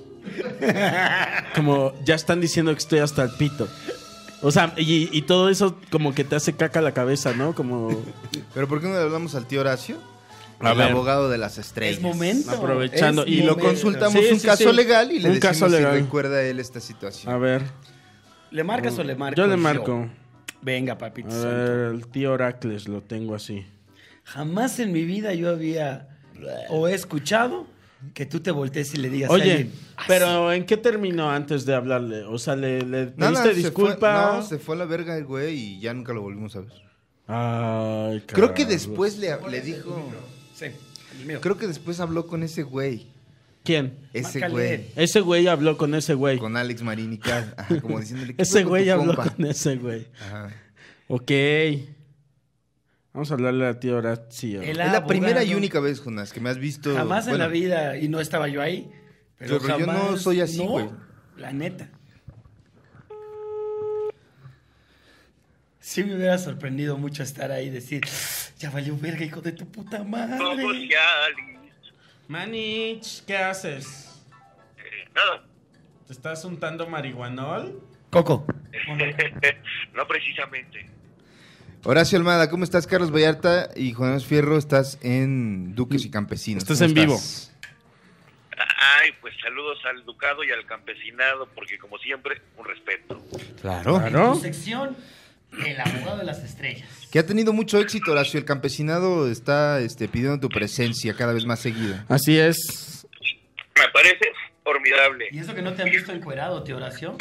Speaker 4: Como, ya están diciendo que estoy hasta el pito. O sea, y, y todo eso como que te hace caca la cabeza, ¿no? Como...
Speaker 6: ¿Pero por qué no le hablamos al tío Horacio?
Speaker 4: A
Speaker 6: el
Speaker 4: ver.
Speaker 6: abogado de las estrellas.
Speaker 5: Es momento.
Speaker 4: Aprovechando.
Speaker 5: Es
Speaker 6: Y lo
Speaker 5: momento.
Speaker 6: consultamos
Speaker 4: Sí,
Speaker 6: un
Speaker 4: sí,
Speaker 6: caso
Speaker 4: sí.
Speaker 6: legal y le
Speaker 4: Un
Speaker 6: decimos
Speaker 4: caso legal. Ah,
Speaker 6: si recuerda él esta situación.
Speaker 4: A ver,
Speaker 5: ¿Le marcas o le marco?
Speaker 4: yo le marco.
Speaker 5: Venga, papito.
Speaker 4: A
Speaker 5: santo.
Speaker 4: ver, el tío Oracles lo tengo así.
Speaker 5: Jamás en mi vida yo había o he escuchado que tú te voltees y le digas a
Speaker 4: Oye, ah,
Speaker 5: alguien,
Speaker 4: pero ¿en qué terminó antes de hablarle? O sea, ¿le, le
Speaker 6: No, no,
Speaker 4: pediste
Speaker 6: se fue-
Speaker 4: disculpa?
Speaker 6: no, se fue a la verga el güey y ya nunca lo volvimos a ver.
Speaker 4: Ay,
Speaker 6: Creo que
Speaker 4: carajo.
Speaker 6: después le, le dijo.
Speaker 5: Sí, el mío.
Speaker 6: Creo que después habló con ese güey.
Speaker 4: ¿Quién?
Speaker 6: Ese
Speaker 5: Márcale.
Speaker 6: güey.
Speaker 4: Ese güey habló con ese güey.
Speaker 6: Con Alex Marín y Kat, ajá, como diciéndole "¿Qué
Speaker 4: Ese
Speaker 6: pedo con
Speaker 4: güey
Speaker 6: tu
Speaker 4: habló
Speaker 6: compa?".
Speaker 4: con ese güey.
Speaker 6: Ajá.
Speaker 4: Ok. Vamos a hablarle a ti ahora, sí.
Speaker 5: El
Speaker 6: Es la
Speaker 5: abogado.
Speaker 6: primera y única vez, Jonas, que me has visto.
Speaker 5: Jamás en
Speaker 6: bueno,
Speaker 5: la vida, y no estaba yo ahí. Pero,
Speaker 6: Yo- pero yo no
Speaker 5: jamás-
Speaker 6: soy así,
Speaker 5: no,
Speaker 6: güey.
Speaker 5: La neta. Sí me hubiera sorprendido mucho estar ahí y decir, ya valió verga, hijo de tu puta madre.
Speaker 4: Manich, ¿qué haces?
Speaker 8: Nada,
Speaker 4: ¿Te estás untando marihuanol?
Speaker 5: Coco.
Speaker 8: no precisamente.
Speaker 6: Horacio Almada, ¿cómo estás? Carlos Vallarta y Jonas Fierro, estás en Duques y Campesinos.
Speaker 4: Estás
Speaker 6: ¿Cómo
Speaker 4: en vivo.
Speaker 8: Ay, Ay, pues saludos al ducado y al campesinado, porque como siempre, un respeto.
Speaker 6: Claro.
Speaker 5: En tu sección, el abogado de las estrellas.
Speaker 6: Que ha tenido mucho éxito, Horacio. El campesinado está este, pidiendo tu presencia cada vez más seguida.
Speaker 4: Así es.
Speaker 8: Me parece formidable.
Speaker 5: Y eso que no te han visto encuerado, tío Horacio.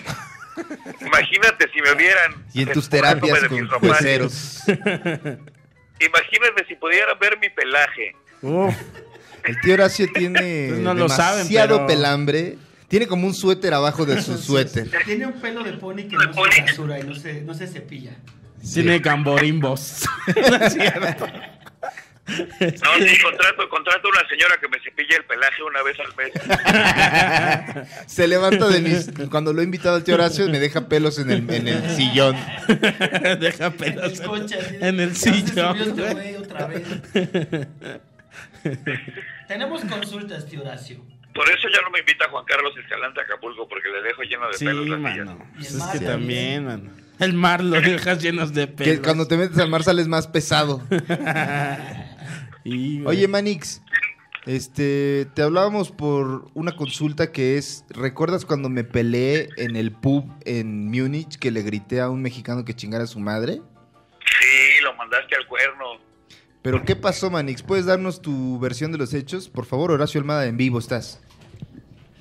Speaker 8: Imagínate si me vieran.
Speaker 6: Y en tus
Speaker 8: despojándome
Speaker 6: terapias
Speaker 8: de
Speaker 6: con
Speaker 8: mis ropajes.
Speaker 6: peceros.
Speaker 8: Imagínate si pudieran ver mi pelaje.
Speaker 4: Uf,
Speaker 6: El tío Horacio tiene
Speaker 4: Pues no lo
Speaker 6: demasiado
Speaker 4: saben, pero-
Speaker 6: pelambre. Tiene como un suéter abajo de su suéter.
Speaker 5: Tiene un pelo de pony que no se rasura y no se, no se cepilla.
Speaker 4: tiene gamborimbos.
Speaker 8: No, sí, contrato, contrato a una señora que me cepille el pelaje una vez al mes.
Speaker 6: Se levanta de mis... Cuando lo he invitado al tío Horacio, me deja pelos en el, en el sillón.
Speaker 4: Deja
Speaker 5: En
Speaker 4: pelos
Speaker 5: el coche, así de,
Speaker 4: en el
Speaker 5: "Ya se
Speaker 4: sillón.
Speaker 5: subió este
Speaker 4: güey.
Speaker 5: güey otra vez. Tenemos consultas, tío Horacio.
Speaker 8: Por eso ya no me invita Juan Carlos Escalante a Acapulco, porque le dejo lleno de
Speaker 4: Sí,
Speaker 8: pelos las
Speaker 4: mano.
Speaker 8: sillas.
Speaker 4: Pues
Speaker 5: Y el
Speaker 4: es
Speaker 5: mar
Speaker 4: que también,
Speaker 5: también.
Speaker 4: mano. El mar lo dejas llenos de
Speaker 6: Que
Speaker 4: pelos.
Speaker 6: cuando te metes al mar sales más pesado.
Speaker 4: Y, güey,
Speaker 6: Oye, Manix, este, te hablábamos por una consulta que es, ¿recuerdas cuando me peleé en el pub en Múnich que le grité a un mexicano que chingara a su madre?
Speaker 8: Sí, lo mandaste al cuerno.
Speaker 6: Pero ¿qué pasó, Manix? ¿Puedes darnos tu versión de los hechos? Por favor, Horacio Almada, en vivo estás.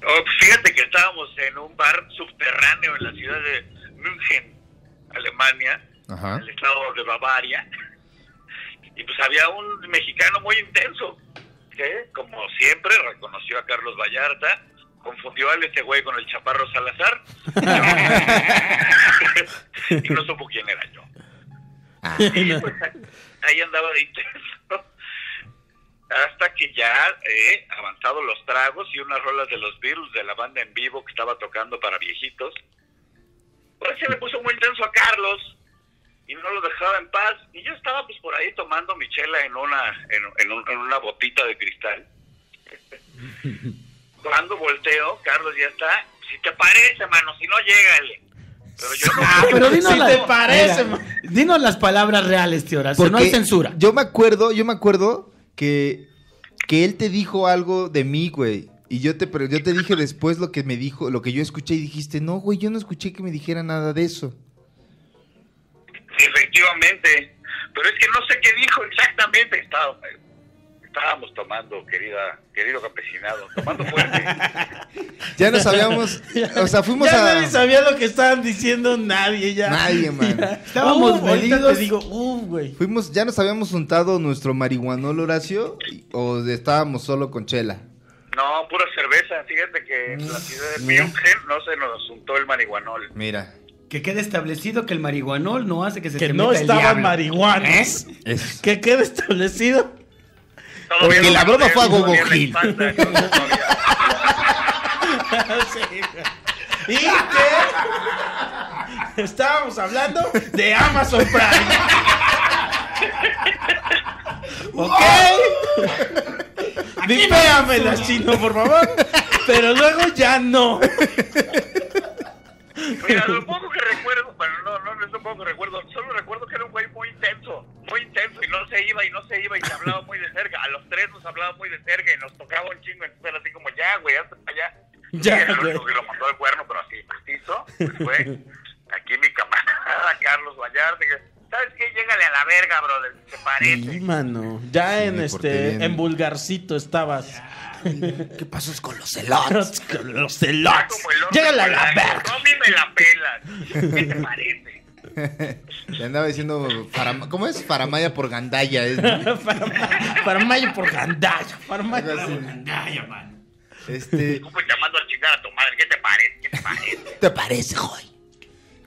Speaker 8: Oh, fíjate que estábamos en un bar subterráneo en la ciudad de München, Alemania,
Speaker 6: Ajá.
Speaker 8: en el estado de Bavaria. Y pues había un mexicano muy intenso que, como siempre, reconoció a Carlos Vallarta, confundió al este güey con el chaparro Salazar y no supo quién era yo. Y pues, ahí andaba de intenso. Hasta que ya eh, avanzado los tragos y unas rolas de los Beatles de la banda en vivo que estaba tocando para viejitos, pues se le puso muy intenso a Carlos y no lo dejaba en paz. Y yo estaba pues por ahí tomando mi chela en una, en, en un- en una botita de cristal. Cuando volteo, Carlos ya está. Si te parece, mano, si no, llégale. Pero yo no.
Speaker 5: Pero dinos,
Speaker 4: Sí
Speaker 5: las,
Speaker 4: te parece,
Speaker 5: Mira,
Speaker 4: man.
Speaker 5: dinos las palabras reales, tío Horacio. no hay
Speaker 6: Porque
Speaker 5: censura.
Speaker 6: Yo me acuerdo, yo me acuerdo que, que él te dijo algo de mí, güey. Y yo te, pero yo te dije después lo que me dijo, lo que yo escuché y dijiste, no, güey, yo no escuché que me dijera nada de eso.
Speaker 8: Efectivamente, pero es que no sé qué dijo exactamente. Estaba- estábamos tomando, querida, querido campesinado, tomando fuerte.
Speaker 6: Ya no sabíamos, o sea, fuimos
Speaker 4: ya
Speaker 6: a...
Speaker 4: nadie sabía lo que estaban diciendo nadie ya.
Speaker 6: Nadie, man.
Speaker 4: Estábamos
Speaker 5: Uh,
Speaker 4: ahorita
Speaker 5: bebidos.
Speaker 4: te digo, uh, güey.
Speaker 6: Fuimos, ya nos habíamos untado nuestro marihuanol Horacio y- o estábamos solo con Chela.
Speaker 8: No, pura cerveza. Fíjate que en la ciudad de München no se nos untó el marihuanol.
Speaker 6: Mira,
Speaker 5: Que quede establecido que el marihuanol no hace que se
Speaker 4: Que
Speaker 5: te
Speaker 4: no
Speaker 5: meta el
Speaker 4: estaban
Speaker 5: diablo.
Speaker 4: marihuanos.
Speaker 6: es
Speaker 4: Que quede establecido.
Speaker 8: Todo
Speaker 6: Porque
Speaker 8: bien,
Speaker 6: la
Speaker 8: todo
Speaker 6: broma
Speaker 8: bien,
Speaker 6: fue a
Speaker 8: todo
Speaker 6: Gogo
Speaker 8: bien en la
Speaker 6: Gil.
Speaker 8: espalda, entonces no había-
Speaker 4: ¿Y que Estábamos hablando de Amazon Prime. ok. Dipéamelas, chino, por favor. Pero luego ya no.
Speaker 8: Mira, lo poco que recuerdo, bueno, no, no, no es lo poco que recuerdo, solo recuerdo que era un güey muy intenso, muy intenso, y no se iba, y no se iba, y se hablaba muy de cerca. A los tres nos hablaba muy de cerca y nos tocaba un chingo, entonces era así como, ya, güey, hasta para allá.
Speaker 4: Ya,
Speaker 8: Y el
Speaker 4: güey.
Speaker 8: único que lo mandó el cuerno, pero así, macizo, pues fue aquí mi camarada Carlos Vallarta, que, ¿sabes qué? Llégale a la verga, brother, te
Speaker 4: Sí,
Speaker 8: parece.
Speaker 4: mano. Ya en
Speaker 6: porque
Speaker 4: este,
Speaker 6: bien.
Speaker 4: en vulgarcito estabas.
Speaker 6: celotes.
Speaker 4: Con los
Speaker 8: Está
Speaker 4: celotes.
Speaker 8: como el otro
Speaker 4: Llégale a la
Speaker 8: polaco,
Speaker 4: verga.
Speaker 8: No, a mí me la pelas. ¿Qué te parece?
Speaker 6: Le andaba diciendo, farama- ¿cómo es? Faramaya por Gandaya. es, ¿no?
Speaker 4: Para, para mayo por gandalla. Para mayo
Speaker 6: Algo así.
Speaker 4: por gandalla, mano.
Speaker 6: Este,
Speaker 8: Tú pues llamando a chingar a tu madre, ¿qué te parece? ¿Qué te parece?
Speaker 6: ¿te parece, joy?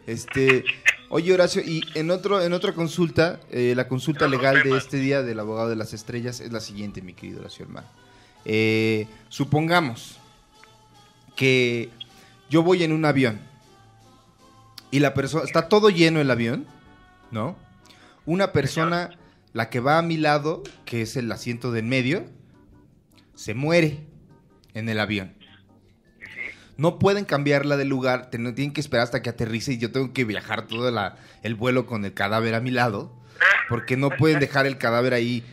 Speaker 6: Este, oye Horacio, y en otro, en otra consulta, eh, la consulta
Speaker 8: Otro
Speaker 6: legal de
Speaker 8: tema.
Speaker 6: este día del abogado de las estrellas es la siguiente, mi querido Horacio hermano. Eh, supongamos que yo voy en un avión y la persona está todo lleno el avión, ¿no? Una persona, la que va a mi lado, que es el asiento de en medio, se muere en el avión. No pueden cambiarla de lugar, ten- tienen que esperar hasta que aterrice y yo tengo que viajar todo la- el vuelo con el cadáver a mi lado, porque no pueden dejar el cadáver ahí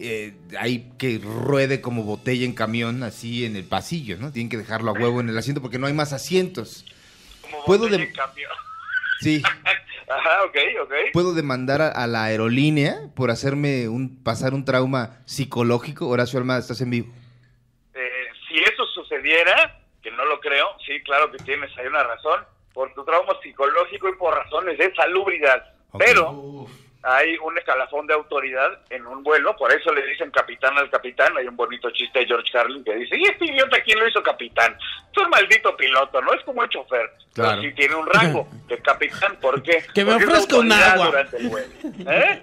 Speaker 6: eh, ahí que ruede como botella en camión así en el pasillo, ¿no? Tienen que dejarlo a huevo en el asiento porque no hay más asientos.
Speaker 8: Como
Speaker 6: Puedo
Speaker 8: botella
Speaker 6: de-
Speaker 8: en cambio.
Speaker 6: Sí.
Speaker 8: Ajá, ok, ok.
Speaker 6: ¿Puedo demandar a, a la aerolínea por hacerme un pasar un trauma psicológico? Horacio Almada, estás en vivo.
Speaker 8: Eh, si eso sucediera, que no lo creo, sí, claro que tienes ahí una razón, por tu trauma psicológico y por razones de salubridad.
Speaker 6: Ok.
Speaker 8: Pero hay un escalafón de autoridad en un vuelo, por eso le dicen capitán al capitán. Hay un bonito chiste de George Carlin que dice: ¿Y este idiota quién lo hizo capitán? Es un maldito piloto, no es como el chofer.
Speaker 6: Claro.
Speaker 8: Pero sí tiene un rango de capitán, ¿por qué?
Speaker 4: Que me
Speaker 8: Porque es
Speaker 4: ofrezca un
Speaker 8: autoridad
Speaker 4: agua.
Speaker 8: durante el vuelo. ¿Eh?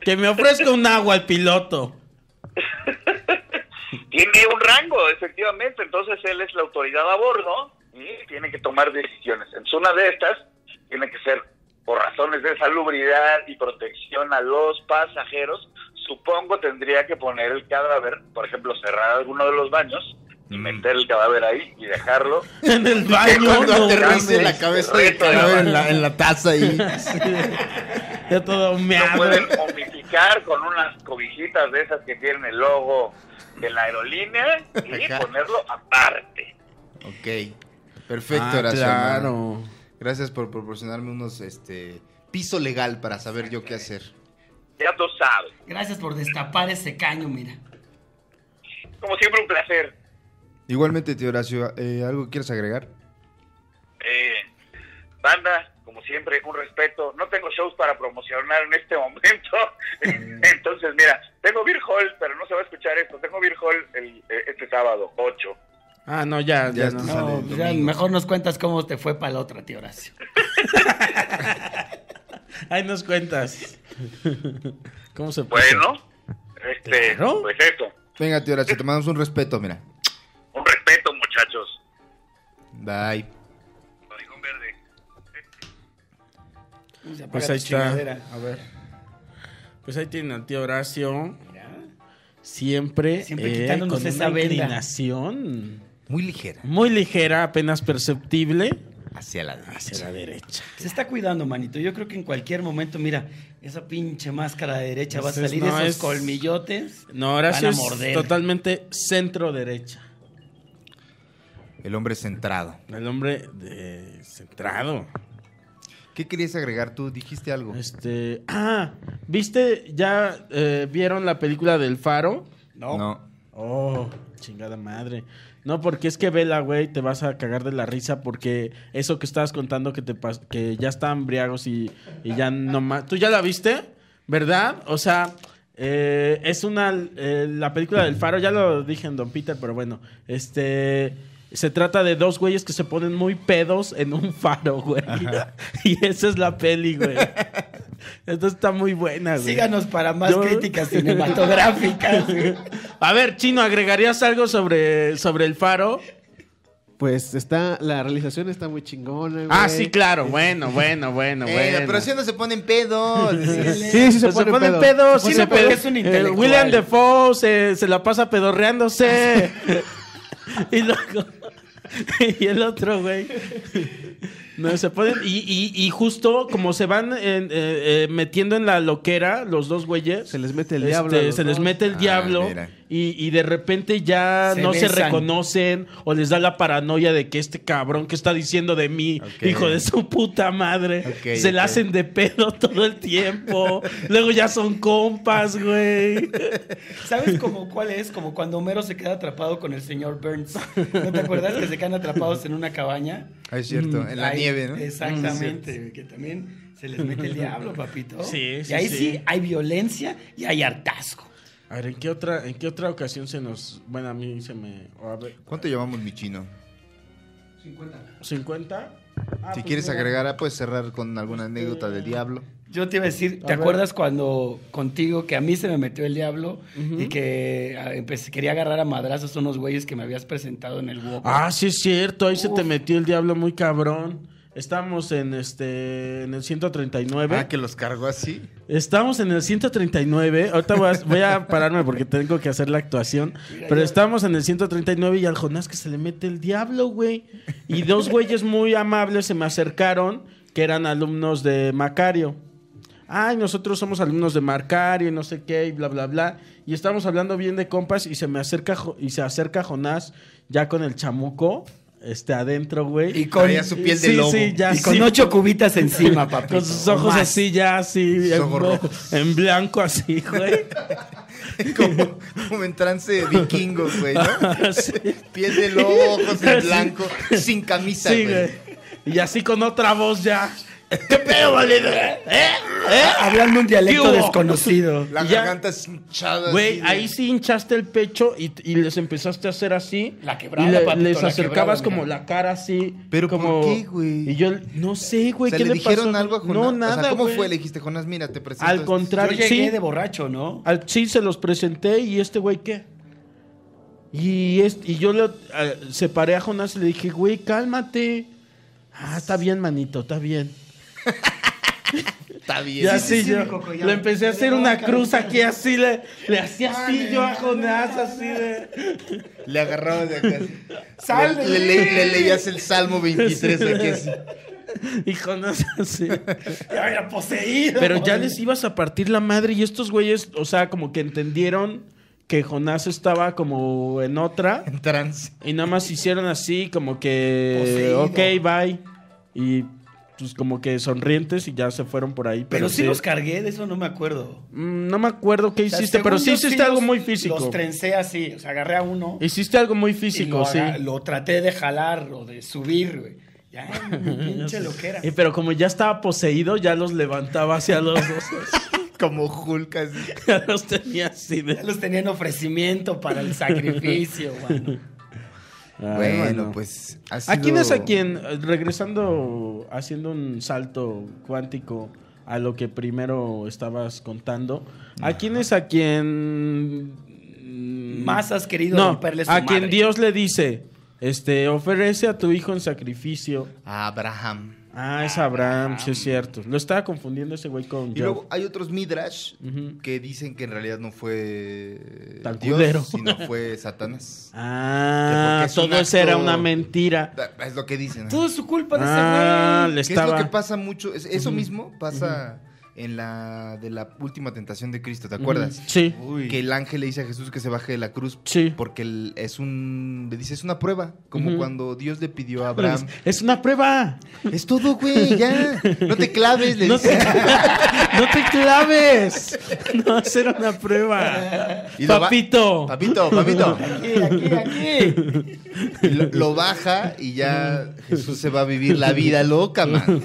Speaker 4: Que me ofrezca un agua al piloto.
Speaker 8: tiene un rango, efectivamente. Entonces él es la autoridad a bordo y tiene que tomar decisiones. Entonces una de estas tiene que ser por razones de salubridad y protección a los pasajeros. Supongo tendría que poner el cadáver, por ejemplo, cerrar alguno de los baños y meter el cadáver ahí y dejarlo.
Speaker 4: En el baño.
Speaker 6: Cuando
Speaker 4: no
Speaker 6: aterrice
Speaker 4: mames.
Speaker 6: la cabeza del
Speaker 8: Reto,
Speaker 6: cadáver
Speaker 8: ¿no?
Speaker 6: en la, en la taza y
Speaker 4: Ya todo
Speaker 8: Lo
Speaker 4: meado.
Speaker 8: pueden momificar con unas cobijitas de esas que tienen el logo de la aerolínea y
Speaker 6: Ajá.
Speaker 8: ponerlo aparte.
Speaker 6: Ok. Perfecto,
Speaker 4: Ah,
Speaker 6: Horacio Almada.
Speaker 4: claro.
Speaker 6: Gracias por proporcionarme unos este piso legal para saber yo qué hacer.
Speaker 8: Ya tú sabes.
Speaker 5: Gracias por destapar ese caño, mira.
Speaker 8: Como siempre, un placer.
Speaker 6: Igualmente, tío Horacio, eh, ¿algo que quieres agregar?
Speaker 8: Eh, banda, como siempre, un respeto. No tengo shows para promocionar en este momento. Entonces, mira, tengo Beer Hall, pero no se va a escuchar esto. Tengo Beer Hall el, eh, este sábado, 8.
Speaker 4: Ah, no, ya,
Speaker 6: Ya
Speaker 4: ya,
Speaker 6: está.
Speaker 4: no.
Speaker 6: Sale
Speaker 5: No,
Speaker 6: el
Speaker 5: pues ya
Speaker 6: domingo.
Speaker 5: mejor nos cuentas cómo te fue para la otra, tío Horacio.
Speaker 4: Ahí nos cuentas. ¿Cómo se puede?
Speaker 8: Bueno, este,
Speaker 4: Claro.
Speaker 8: pues esto.
Speaker 6: Venga, tío Horacio, te mandamos un respeto, mira.
Speaker 8: Un respeto, muchachos.
Speaker 6: Bye.
Speaker 8: Código verde.
Speaker 4: Pues ahí está. A ver. Pues ahí tiene al tío Horacio. Siempre,
Speaker 5: Siempre
Speaker 4: eh,
Speaker 5: quitándonos
Speaker 4: con
Speaker 5: esa
Speaker 4: una
Speaker 5: venda.
Speaker 4: inclinación
Speaker 6: Muy ligera.
Speaker 4: muy ligera, apenas perceptible,
Speaker 6: Hacia la derecha.
Speaker 4: hacia la derecha.
Speaker 5: Se está cuidando, manito. Yo creo que en cualquier momento, mira, esa pinche máscara de derecha va a
Speaker 4: Entonces,
Speaker 5: salir,
Speaker 4: no,
Speaker 5: esos
Speaker 4: es-
Speaker 5: colmillotes.
Speaker 4: No, Horacio
Speaker 5: Van a
Speaker 4: es
Speaker 5: morder.
Speaker 4: totalmente centro derecha.
Speaker 6: El hombre centrado.
Speaker 4: El hombre de- centrado.
Speaker 6: ¿Qué querías agregar tú? Dijiste algo.
Speaker 4: Este, ah, ¿viste? ¿Ya eh, vieron la película del Faro?
Speaker 5: No.
Speaker 4: Oh, chingada madre. No, porque es que vela, güey, te vas a cagar de la risa porque eso que estabas contando que te pas- que ya están embriagos y, y ya no más. ¿Tú ya la viste? ¿Verdad? O sea, eh, es una eh, la película del faro, ya lo dije en Don Peter, pero bueno, este se trata de dos güeyes que se ponen muy pedos en un faro, güey. Y esa es la peli, güey. Entonces está muy buena, güey.
Speaker 5: Síganos para más
Speaker 4: Yo-
Speaker 5: críticas cinematográficas.
Speaker 4: A ver, Chino, ¿agregarías algo sobre, sobre el faro?
Speaker 7: Pues está, la realización está muy chingona. güey.
Speaker 4: Ah, sí, claro. Bueno, bueno, bueno,
Speaker 6: Eh,
Speaker 4: bueno.
Speaker 6: pero si no se ponen pedos.
Speaker 7: Sí, sí,
Speaker 4: Pues
Speaker 7: se,
Speaker 4: se
Speaker 7: pone
Speaker 4: ponen
Speaker 7: pedo.
Speaker 4: pedos,
Speaker 5: Se
Speaker 4: sí, se
Speaker 5: pone pedo.
Speaker 4: pedo.
Speaker 5: Es un
Speaker 4: Eh,
Speaker 5: intelectual.
Speaker 4: William Defoe se, se la pasa pedorreándose. y luego. y el otro, güey. No, se ponen. Y, y- y justo como se van en- eh, eh, metiendo en la loquera los dos güeyes.
Speaker 7: Se les mete el
Speaker 4: este,
Speaker 7: diablo. a los
Speaker 4: se les
Speaker 7: dos.
Speaker 4: mete el
Speaker 6: Ah,
Speaker 4: diablo.
Speaker 6: mira.
Speaker 4: Y, y de repente ya
Speaker 5: Se
Speaker 4: no se
Speaker 5: besan.
Speaker 4: reconocen o les da la paranoia de que este cabrón que está diciendo de mí,
Speaker 6: Ok.
Speaker 4: hijo de su puta madre,
Speaker 6: Ok,
Speaker 4: se la
Speaker 6: ok.
Speaker 4: hacen de pedo todo el tiempo. Luego ya son compas, güey.
Speaker 5: ¿Sabes como cuál es? Como cuando Homero se queda atrapado con el señor Burns. ¿No te acuerdas que se quedan atrapados en una cabaña?
Speaker 6: Ah, es cierto, en la
Speaker 5: Ay,
Speaker 6: nieve, ¿no?
Speaker 5: Exactamente, que también se les mete el diablo, papito.
Speaker 4: Mm, Sí, sí,
Speaker 5: Y ahí
Speaker 4: sí.
Speaker 5: sí. hay violencia y hay hartazgo.
Speaker 4: A ver, ¿en qué otra, en qué otra ocasión se nos. Bueno, a mí se me. o A ver,
Speaker 6: ¿Cuánto llevamos, mi chino?
Speaker 4: ¿50? Ah,
Speaker 6: si
Speaker 4: pues
Speaker 6: quieres
Speaker 4: mira. Este,
Speaker 6: agregar, ah, puedes cerrar con alguna anécdota del diablo.
Speaker 5: Yo te iba a decir, ¿te
Speaker 4: A ver.
Speaker 5: acuerdas cuando contigo que a mí se me metió el diablo y que ah, empecé- quería agarrar a madrazos a unos güeyes que me habías presentado en el Wok?
Speaker 4: Ah, sí es cierto, ahí se te metió el diablo muy cabrón. Estamos en este en el 139.
Speaker 6: Ah, que los cargó así.
Speaker 4: Estamos en el 139. Ahorita voy a, voy a pararme porque tengo que hacer la actuación. Pero estamos en el 139 y al Jonás que se le mete el diablo, güey. Y dos güeyes muy amables se me acercaron que eran alumnos de Macario. ay, nosotros somos alumnos de Marcario y no sé qué, y bla, bla, bla. Y estábamos hablando bien de compas y se me acerca, Jo- y se acerca Jonás ya con el chamuco, este, adentro, güey.
Speaker 5: Y con,
Speaker 6: Traía su piel de
Speaker 4: Sí,
Speaker 6: lobo.
Speaker 4: sí, ya
Speaker 5: y con
Speaker 4: sí.
Speaker 5: ocho cubitas encima, papá.
Speaker 4: Con sus ojos así, ya así,
Speaker 6: Sus
Speaker 4: en,
Speaker 6: ojos
Speaker 4: bo-
Speaker 6: rojos.
Speaker 4: en blanco así, güey.
Speaker 6: Como, como en trance de vikingos, güey, ¿no?
Speaker 4: Sí.
Speaker 6: Piel de lobo, ojos en
Speaker 4: Sí.
Speaker 6: blanco, sin camisa,
Speaker 4: Sí,
Speaker 6: güey.
Speaker 4: güey. Y así con otra voz ya. ¿Qué pedo, valido? ¿Eh? ¿Eh?
Speaker 5: Hablando un
Speaker 4: ¿Qué
Speaker 5: dialecto
Speaker 4: hubo?
Speaker 5: desconocido.
Speaker 6: La
Speaker 4: Y ya-
Speaker 6: garganta es hinchada.
Speaker 4: Güey,
Speaker 6: así de-
Speaker 4: ahí sí hinchaste el pecho y, y les empezaste a hacer así.
Speaker 5: La quebrada,
Speaker 4: y
Speaker 5: papito,
Speaker 4: les
Speaker 5: la
Speaker 4: acercabas
Speaker 5: quebrada,
Speaker 4: como
Speaker 5: mira.
Speaker 4: la cara así.
Speaker 6: ¿Pero por
Speaker 4: como,
Speaker 6: qué, güey?
Speaker 4: Y yo, no sé,
Speaker 6: O
Speaker 4: güey,
Speaker 6: sea,
Speaker 4: ¿qué
Speaker 6: le
Speaker 4: le,
Speaker 6: dijeron
Speaker 4: pasó?
Speaker 6: algo a Jonás.
Speaker 4: No,
Speaker 6: O sea,
Speaker 4: nada,
Speaker 6: ¿Cómo
Speaker 4: güey.
Speaker 6: fue? Le dijiste, Jonás, mira, te presento.
Speaker 4: Al
Speaker 6: esto".
Speaker 5: Yo
Speaker 4: contrario,
Speaker 5: llegué
Speaker 4: sí. Ah.
Speaker 5: de borracho, ¿no?
Speaker 4: Al sí se los presenté y este güey, ¿qué? Y, es- y yo le eh, separé a Jonás y le dije, güey, cálmate. Ah, está bien, manito, está bien.
Speaker 6: Está bien.
Speaker 4: Ya
Speaker 6: Sí,
Speaker 4: sí,
Speaker 5: sí,
Speaker 4: yo
Speaker 5: mi coco, ya.
Speaker 4: le empecé a hacer
Speaker 5: Ya,
Speaker 4: una
Speaker 5: ya,
Speaker 4: cruz
Speaker 5: ya.
Speaker 4: aquí así, le, le hacía así yo a Jonás, así de...
Speaker 6: Le agarrabas de acá. así.
Speaker 5: ¡Sal de
Speaker 6: Le,
Speaker 5: mí!
Speaker 6: le- le leías el Salmo 23 aquí así.
Speaker 4: Y Jonás así.
Speaker 5: Ya era poseído.
Speaker 4: Pero ya les ibas a partir la madre y estos güeyes, o sea, como que entendieron que Jonás estaba como en otra
Speaker 6: En trance.
Speaker 4: y nada más hicieron así, como que,
Speaker 5: Poseído.
Speaker 4: ok, bye. Y pues como que sonrientes y ya se fueron por ahí.
Speaker 5: Pero sí los cargué, de eso no me acuerdo.
Speaker 4: Mm, No me acuerdo qué
Speaker 5: O sea,
Speaker 4: hiciste, pero
Speaker 5: según
Speaker 4: sí
Speaker 5: yo,
Speaker 4: hiciste
Speaker 5: los-
Speaker 4: algo muy físico.
Speaker 5: Los trencé así, o sea, agarré a uno.
Speaker 4: Hiciste algo muy
Speaker 5: y
Speaker 4: físico,
Speaker 5: lo,
Speaker 4: sí.
Speaker 5: aga- lo traté de jalar o de subir, güey. Ya, mi pinche loquera.
Speaker 4: Eh, pero como ya estaba poseído, ya los levantaba hacia los dos.
Speaker 6: Como Hulk así.
Speaker 4: ya los tenía así
Speaker 5: Ya
Speaker 4: de.
Speaker 5: los tenía en ofrecimiento para el sacrificio, güey.
Speaker 6: bueno, pues. ha
Speaker 4: ¿A quién
Speaker 6: sido-
Speaker 4: es a quién? Eh, Regresando, haciendo un salto cuántico a lo que primero estabas contando. ¿A quién es a quien. mm,
Speaker 5: Más has querido
Speaker 4: No,
Speaker 5: romperle su
Speaker 4: a quien
Speaker 5: madre.
Speaker 4: Dios le dice: este, ofrece a tu hijo en sacrificio.
Speaker 6: Abraham.
Speaker 4: Ah, es Abraham, sí es cierto. Lo estaba confundiendo ese güey con.
Speaker 6: Y
Speaker 4: Job.
Speaker 6: luego hay otros Midrash
Speaker 4: Ujú.
Speaker 6: que dicen que en realidad no fue
Speaker 4: Tan
Speaker 6: Dios,
Speaker 4: culero.
Speaker 6: sino fue Satanás.
Speaker 4: Ah,
Speaker 6: Que porque es un
Speaker 4: todo eso era
Speaker 6: acto-
Speaker 4: una mentira.
Speaker 6: Es lo que dicen.
Speaker 5: Todo es su culpa de
Speaker 4: Ah,
Speaker 5: ese güey.
Speaker 4: le
Speaker 6: Que es lo
Speaker 4: estaba.
Speaker 6: que pasa mucho? es- eso mismo pasa en la de la última tentación de Cristo, ¿te acuerdas?
Speaker 4: Ujú, Sí,
Speaker 6: Que el ángel le dice a Jesús que se baje de la cruz
Speaker 4: sí.
Speaker 6: porque el- es un le dice es una prueba, como
Speaker 4: Ujú.
Speaker 6: cuando Dios le pidió a Abraham.
Speaker 4: Es una prueba.
Speaker 6: es todo, güey, ya. No te claves, le
Speaker 4: No
Speaker 6: dice.
Speaker 4: te, no te claves. No hacer una prueba.
Speaker 6: Y lo va-
Speaker 4: Papito.
Speaker 6: Papito, papito.
Speaker 5: Aquí, aquí, aquí.
Speaker 6: Y Lo, lo baja y ya Jesús se va a vivir la vida loca, man.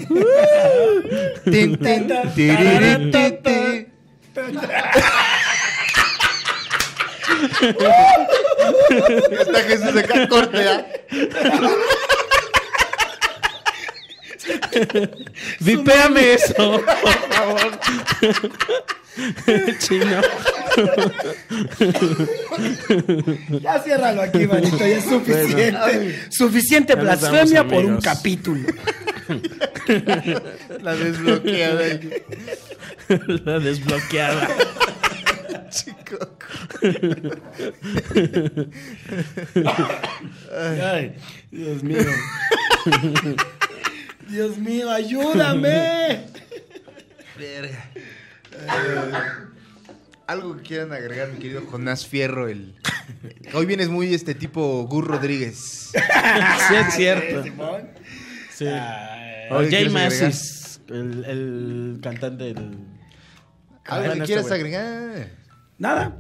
Speaker 6: Tin, tin, tirirí, tin, tin. Está Jesús acá, corte, ¿ah?
Speaker 4: Vipéame eso, por favor. Chino.
Speaker 5: Ya ciérralo aquí, manito. Ya es suficiente. suficiente
Speaker 4: Ya nos vamos,
Speaker 5: blasfemia por un
Speaker 4: amigos.
Speaker 5: capítulo.
Speaker 6: La desbloqueada. el
Speaker 4: La desbloqueada.
Speaker 6: chico.
Speaker 5: Ay, Dios mío. Dios mío, ayúdame.
Speaker 6: Verga. Algo que quieran agregar, mi querido Jonás Fierro, el. Hoy vienes muy este tipo Gur Rodríguez.
Speaker 4: Sí, es cierto.
Speaker 5: Simón.
Speaker 4: Sí.
Speaker 5: Ay.
Speaker 4: O
Speaker 6: Oye,
Speaker 4: Jay
Speaker 6: ¿quieres agregar?
Speaker 4: Mascis, el, el cantante del.
Speaker 6: Algo
Speaker 4: Bueno,
Speaker 6: que
Speaker 4: este
Speaker 6: quieras
Speaker 4: güey.
Speaker 6: agregar.
Speaker 5: Nada.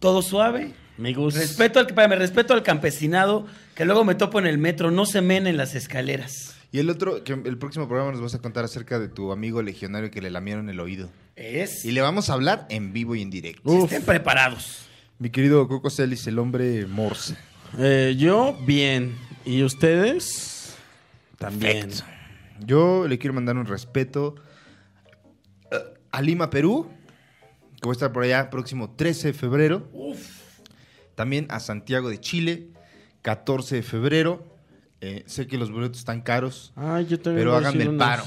Speaker 5: Todo suave.
Speaker 4: Me gusta.
Speaker 5: Respeto al, espérame, respeto al campesinado que luego me topo en el metro, no se menen en las escaleras.
Speaker 6: Y el otro, que el próximo programa nos vas a contar acerca de tu amigo legionario que le lamieron el oído.
Speaker 5: Es.
Speaker 6: Y le vamos a hablar en vivo y en directo.
Speaker 4: Uf.
Speaker 5: Estén preparados.
Speaker 6: Uh, Mi querido Coco Celis, el hombre morse.
Speaker 4: Eh, yo, bien. ¿Y ustedes? También.
Speaker 6: Yo le quiero mandar un respeto eh, a Lima, Perú, que voy a estar por allá próximo 13 de febrero. También a Santiago de Chile, 14 de febrero. Eh, sé que los boletos están caros.
Speaker 4: Ay, yo también
Speaker 6: Pero
Speaker 4: voy a
Speaker 6: háganme
Speaker 4: decir
Speaker 6: el
Speaker 4: unas-
Speaker 6: paro.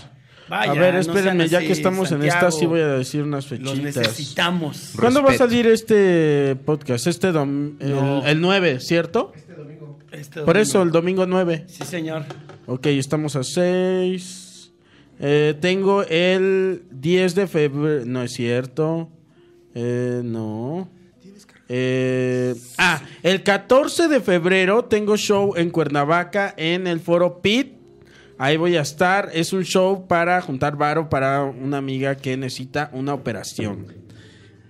Speaker 5: Vaya,
Speaker 4: a ver,
Speaker 5: no
Speaker 4: espérenme,
Speaker 5: sean
Speaker 4: ya
Speaker 5: así,
Speaker 4: que estamos en esta, sí
Speaker 5: Santiago.
Speaker 4: voy a decir unas
Speaker 5: Los
Speaker 4: fechitas.
Speaker 5: necesitamos.
Speaker 4: ¿Cuándo va a
Speaker 6: Respeto.
Speaker 4: salir este podcast? Este dom- el-
Speaker 5: No.
Speaker 4: el, 9, ¿cierto?
Speaker 5: Este
Speaker 4: Por eso, el
Speaker 5: domingo.
Speaker 4: domingo 9.
Speaker 5: Sí, señor.
Speaker 4: Ok, estamos a 6. Eh, tengo el 10 de febrero. No es cierto. Eh, no. Eh, ah, el 14 de febrero tengo show en Cuernavaca en el foro Pit. Ahí voy a estar. Es un show para juntar varo para una amiga que necesita una operación.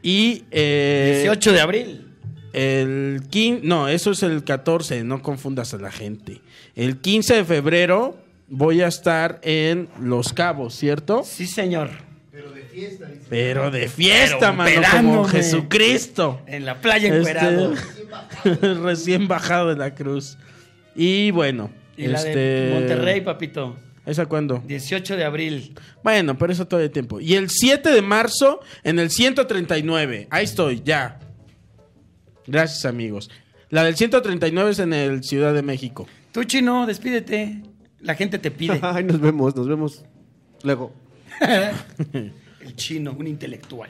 Speaker 4: Y eh,
Speaker 5: 18 de abril.
Speaker 4: el 15, no, eso es el 14, no confundas a la gente. El 15 de febrero voy a estar en Los Cabos, ¿cierto?
Speaker 5: Sí, señor.
Speaker 4: Pero de fiesta,
Speaker 5: Pero
Speaker 4: mano, como
Speaker 5: emperándome.
Speaker 4: Jesucristo.
Speaker 5: En la playa
Speaker 4: Este,
Speaker 5: encuerado.
Speaker 4: recién bajado de la cruz. Y bueno,
Speaker 5: Y la de
Speaker 4: este,
Speaker 5: Monterrey, papito.
Speaker 4: ¿Esa cuándo?
Speaker 5: 18 de abril.
Speaker 4: Bueno, pero eso todavía hay tiempo. Y el 7 de marzo en el 139. Ahí estoy, ya. Gracias, amigos. La del 139 es en el Ciudad de México.
Speaker 5: Tú, chino, despídete. La gente te pide.
Speaker 7: Ay, nos vemos, nos vemos luego.
Speaker 5: El chino, un intelectual.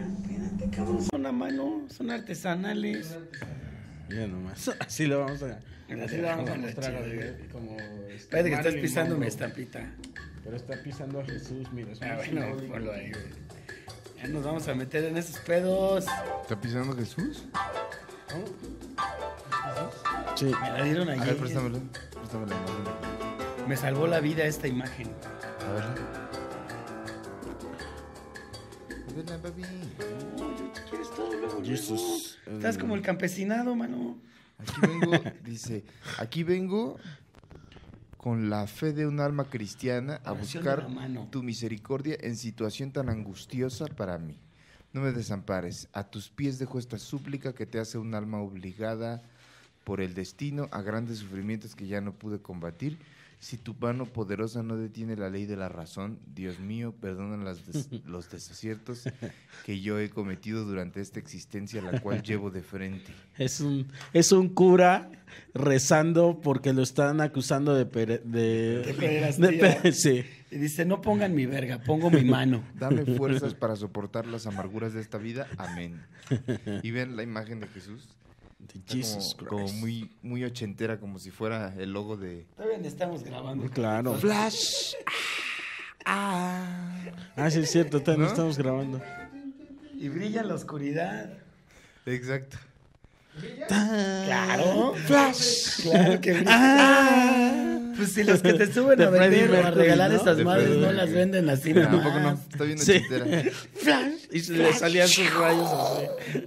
Speaker 5: Espérate, cabrón. Son a mano, son artesanales.
Speaker 4: Ya nomás. Así lo vamos a, así lo vamos a mostrar. así, Como este,
Speaker 5: Espérate que estás
Speaker 4: Marilyn
Speaker 5: pisando mi
Speaker 4: Monroe.
Speaker 5: estampita.
Speaker 4: Pero está pisando a Jesús, mira. es
Speaker 5: Ah,
Speaker 4: un
Speaker 5: bueno,
Speaker 4: simbólico.
Speaker 5: ponlo ahí, güey. Ya nos vamos a meter en esos pedos.
Speaker 6: ¿Está pisando Jesús?
Speaker 4: Sí.
Speaker 5: Me la dieron
Speaker 6: A ver,
Speaker 5: ayer.
Speaker 6: préstamelo. Préstamelo.
Speaker 5: Me salvó la vida esta imagen.
Speaker 6: A ver. Hola, papi.
Speaker 5: ¿Quieres todo luego?
Speaker 4: Jesus.
Speaker 5: luego? Estás como el campesinado, mano.
Speaker 6: Aquí vengo, dice, aquí vengo con la fe de un alma cristiana a
Speaker 5: Oración de la
Speaker 6: buscar
Speaker 5: mano.
Speaker 6: tu misericordia en situación tan angustiosa para mí. No me desampares. A tus pies dejo esta súplica que te hace un alma obligada por el destino a grandes sufrimientos que ya no pude combatir. Si tu mano poderosa no detiene la ley de la razón, Dios mío, perdona las des- los desaciertos que yo he cometido durante esta existencia, la cual llevo de frente.
Speaker 4: Es un, es un cura rezando porque lo están acusando de... pere- de,
Speaker 5: De pederastía.
Speaker 4: de pe- sí.
Speaker 5: Y dice, no pongan mi verga, pongo mi mano.
Speaker 6: Dame fuerzas para soportar las amarguras de esta vida. Amén. Y ven la imagen de Jesús. Está
Speaker 4: Jesus
Speaker 6: como,
Speaker 4: Christ.
Speaker 6: como muy, muy ochentera, como si fuera el logo de.
Speaker 5: Todavía no estamos grabando.
Speaker 4: Claro. Flash. Ah, sí, es cierto, todavía no
Speaker 6: ¿No?
Speaker 4: estamos grabando.
Speaker 5: Y brilla en la oscuridad.
Speaker 6: Exacto.
Speaker 5: Claro. Flash. Claro que brilla. Pues si los que te suben
Speaker 4: De
Speaker 5: a vender
Speaker 4: Freddie
Speaker 5: o a
Speaker 4: Mercury,
Speaker 5: regalar
Speaker 4: ¿no?
Speaker 5: esas
Speaker 6: De
Speaker 5: madres
Speaker 6: Freddie
Speaker 5: no
Speaker 6: Mercury.
Speaker 5: las venden así
Speaker 6: No,
Speaker 5: nomás.
Speaker 6: tampoco no. Está bien
Speaker 4: Sí.
Speaker 6: ochentera.
Speaker 4: Flash. Y se le salían sus rayos así.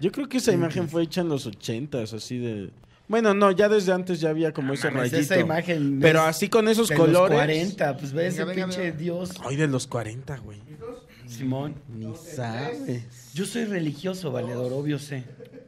Speaker 4: Yo creo que esa imagen fue hecha en los ochentas, así de. Bueno, no, ya desde antes ya había como ese
Speaker 5: mames,
Speaker 4: rayito.
Speaker 5: esa imagen es
Speaker 4: Pues Pero así con esos
Speaker 5: De los
Speaker 4: colores.
Speaker 5: 40, pues ve ese
Speaker 6: venga,
Speaker 5: pinche
Speaker 6: venga.
Speaker 5: dios.
Speaker 4: Ay, de los 40, güey.
Speaker 5: Simón.
Speaker 4: Ni sabes.
Speaker 5: Yo soy religioso, valedor, obvio sé.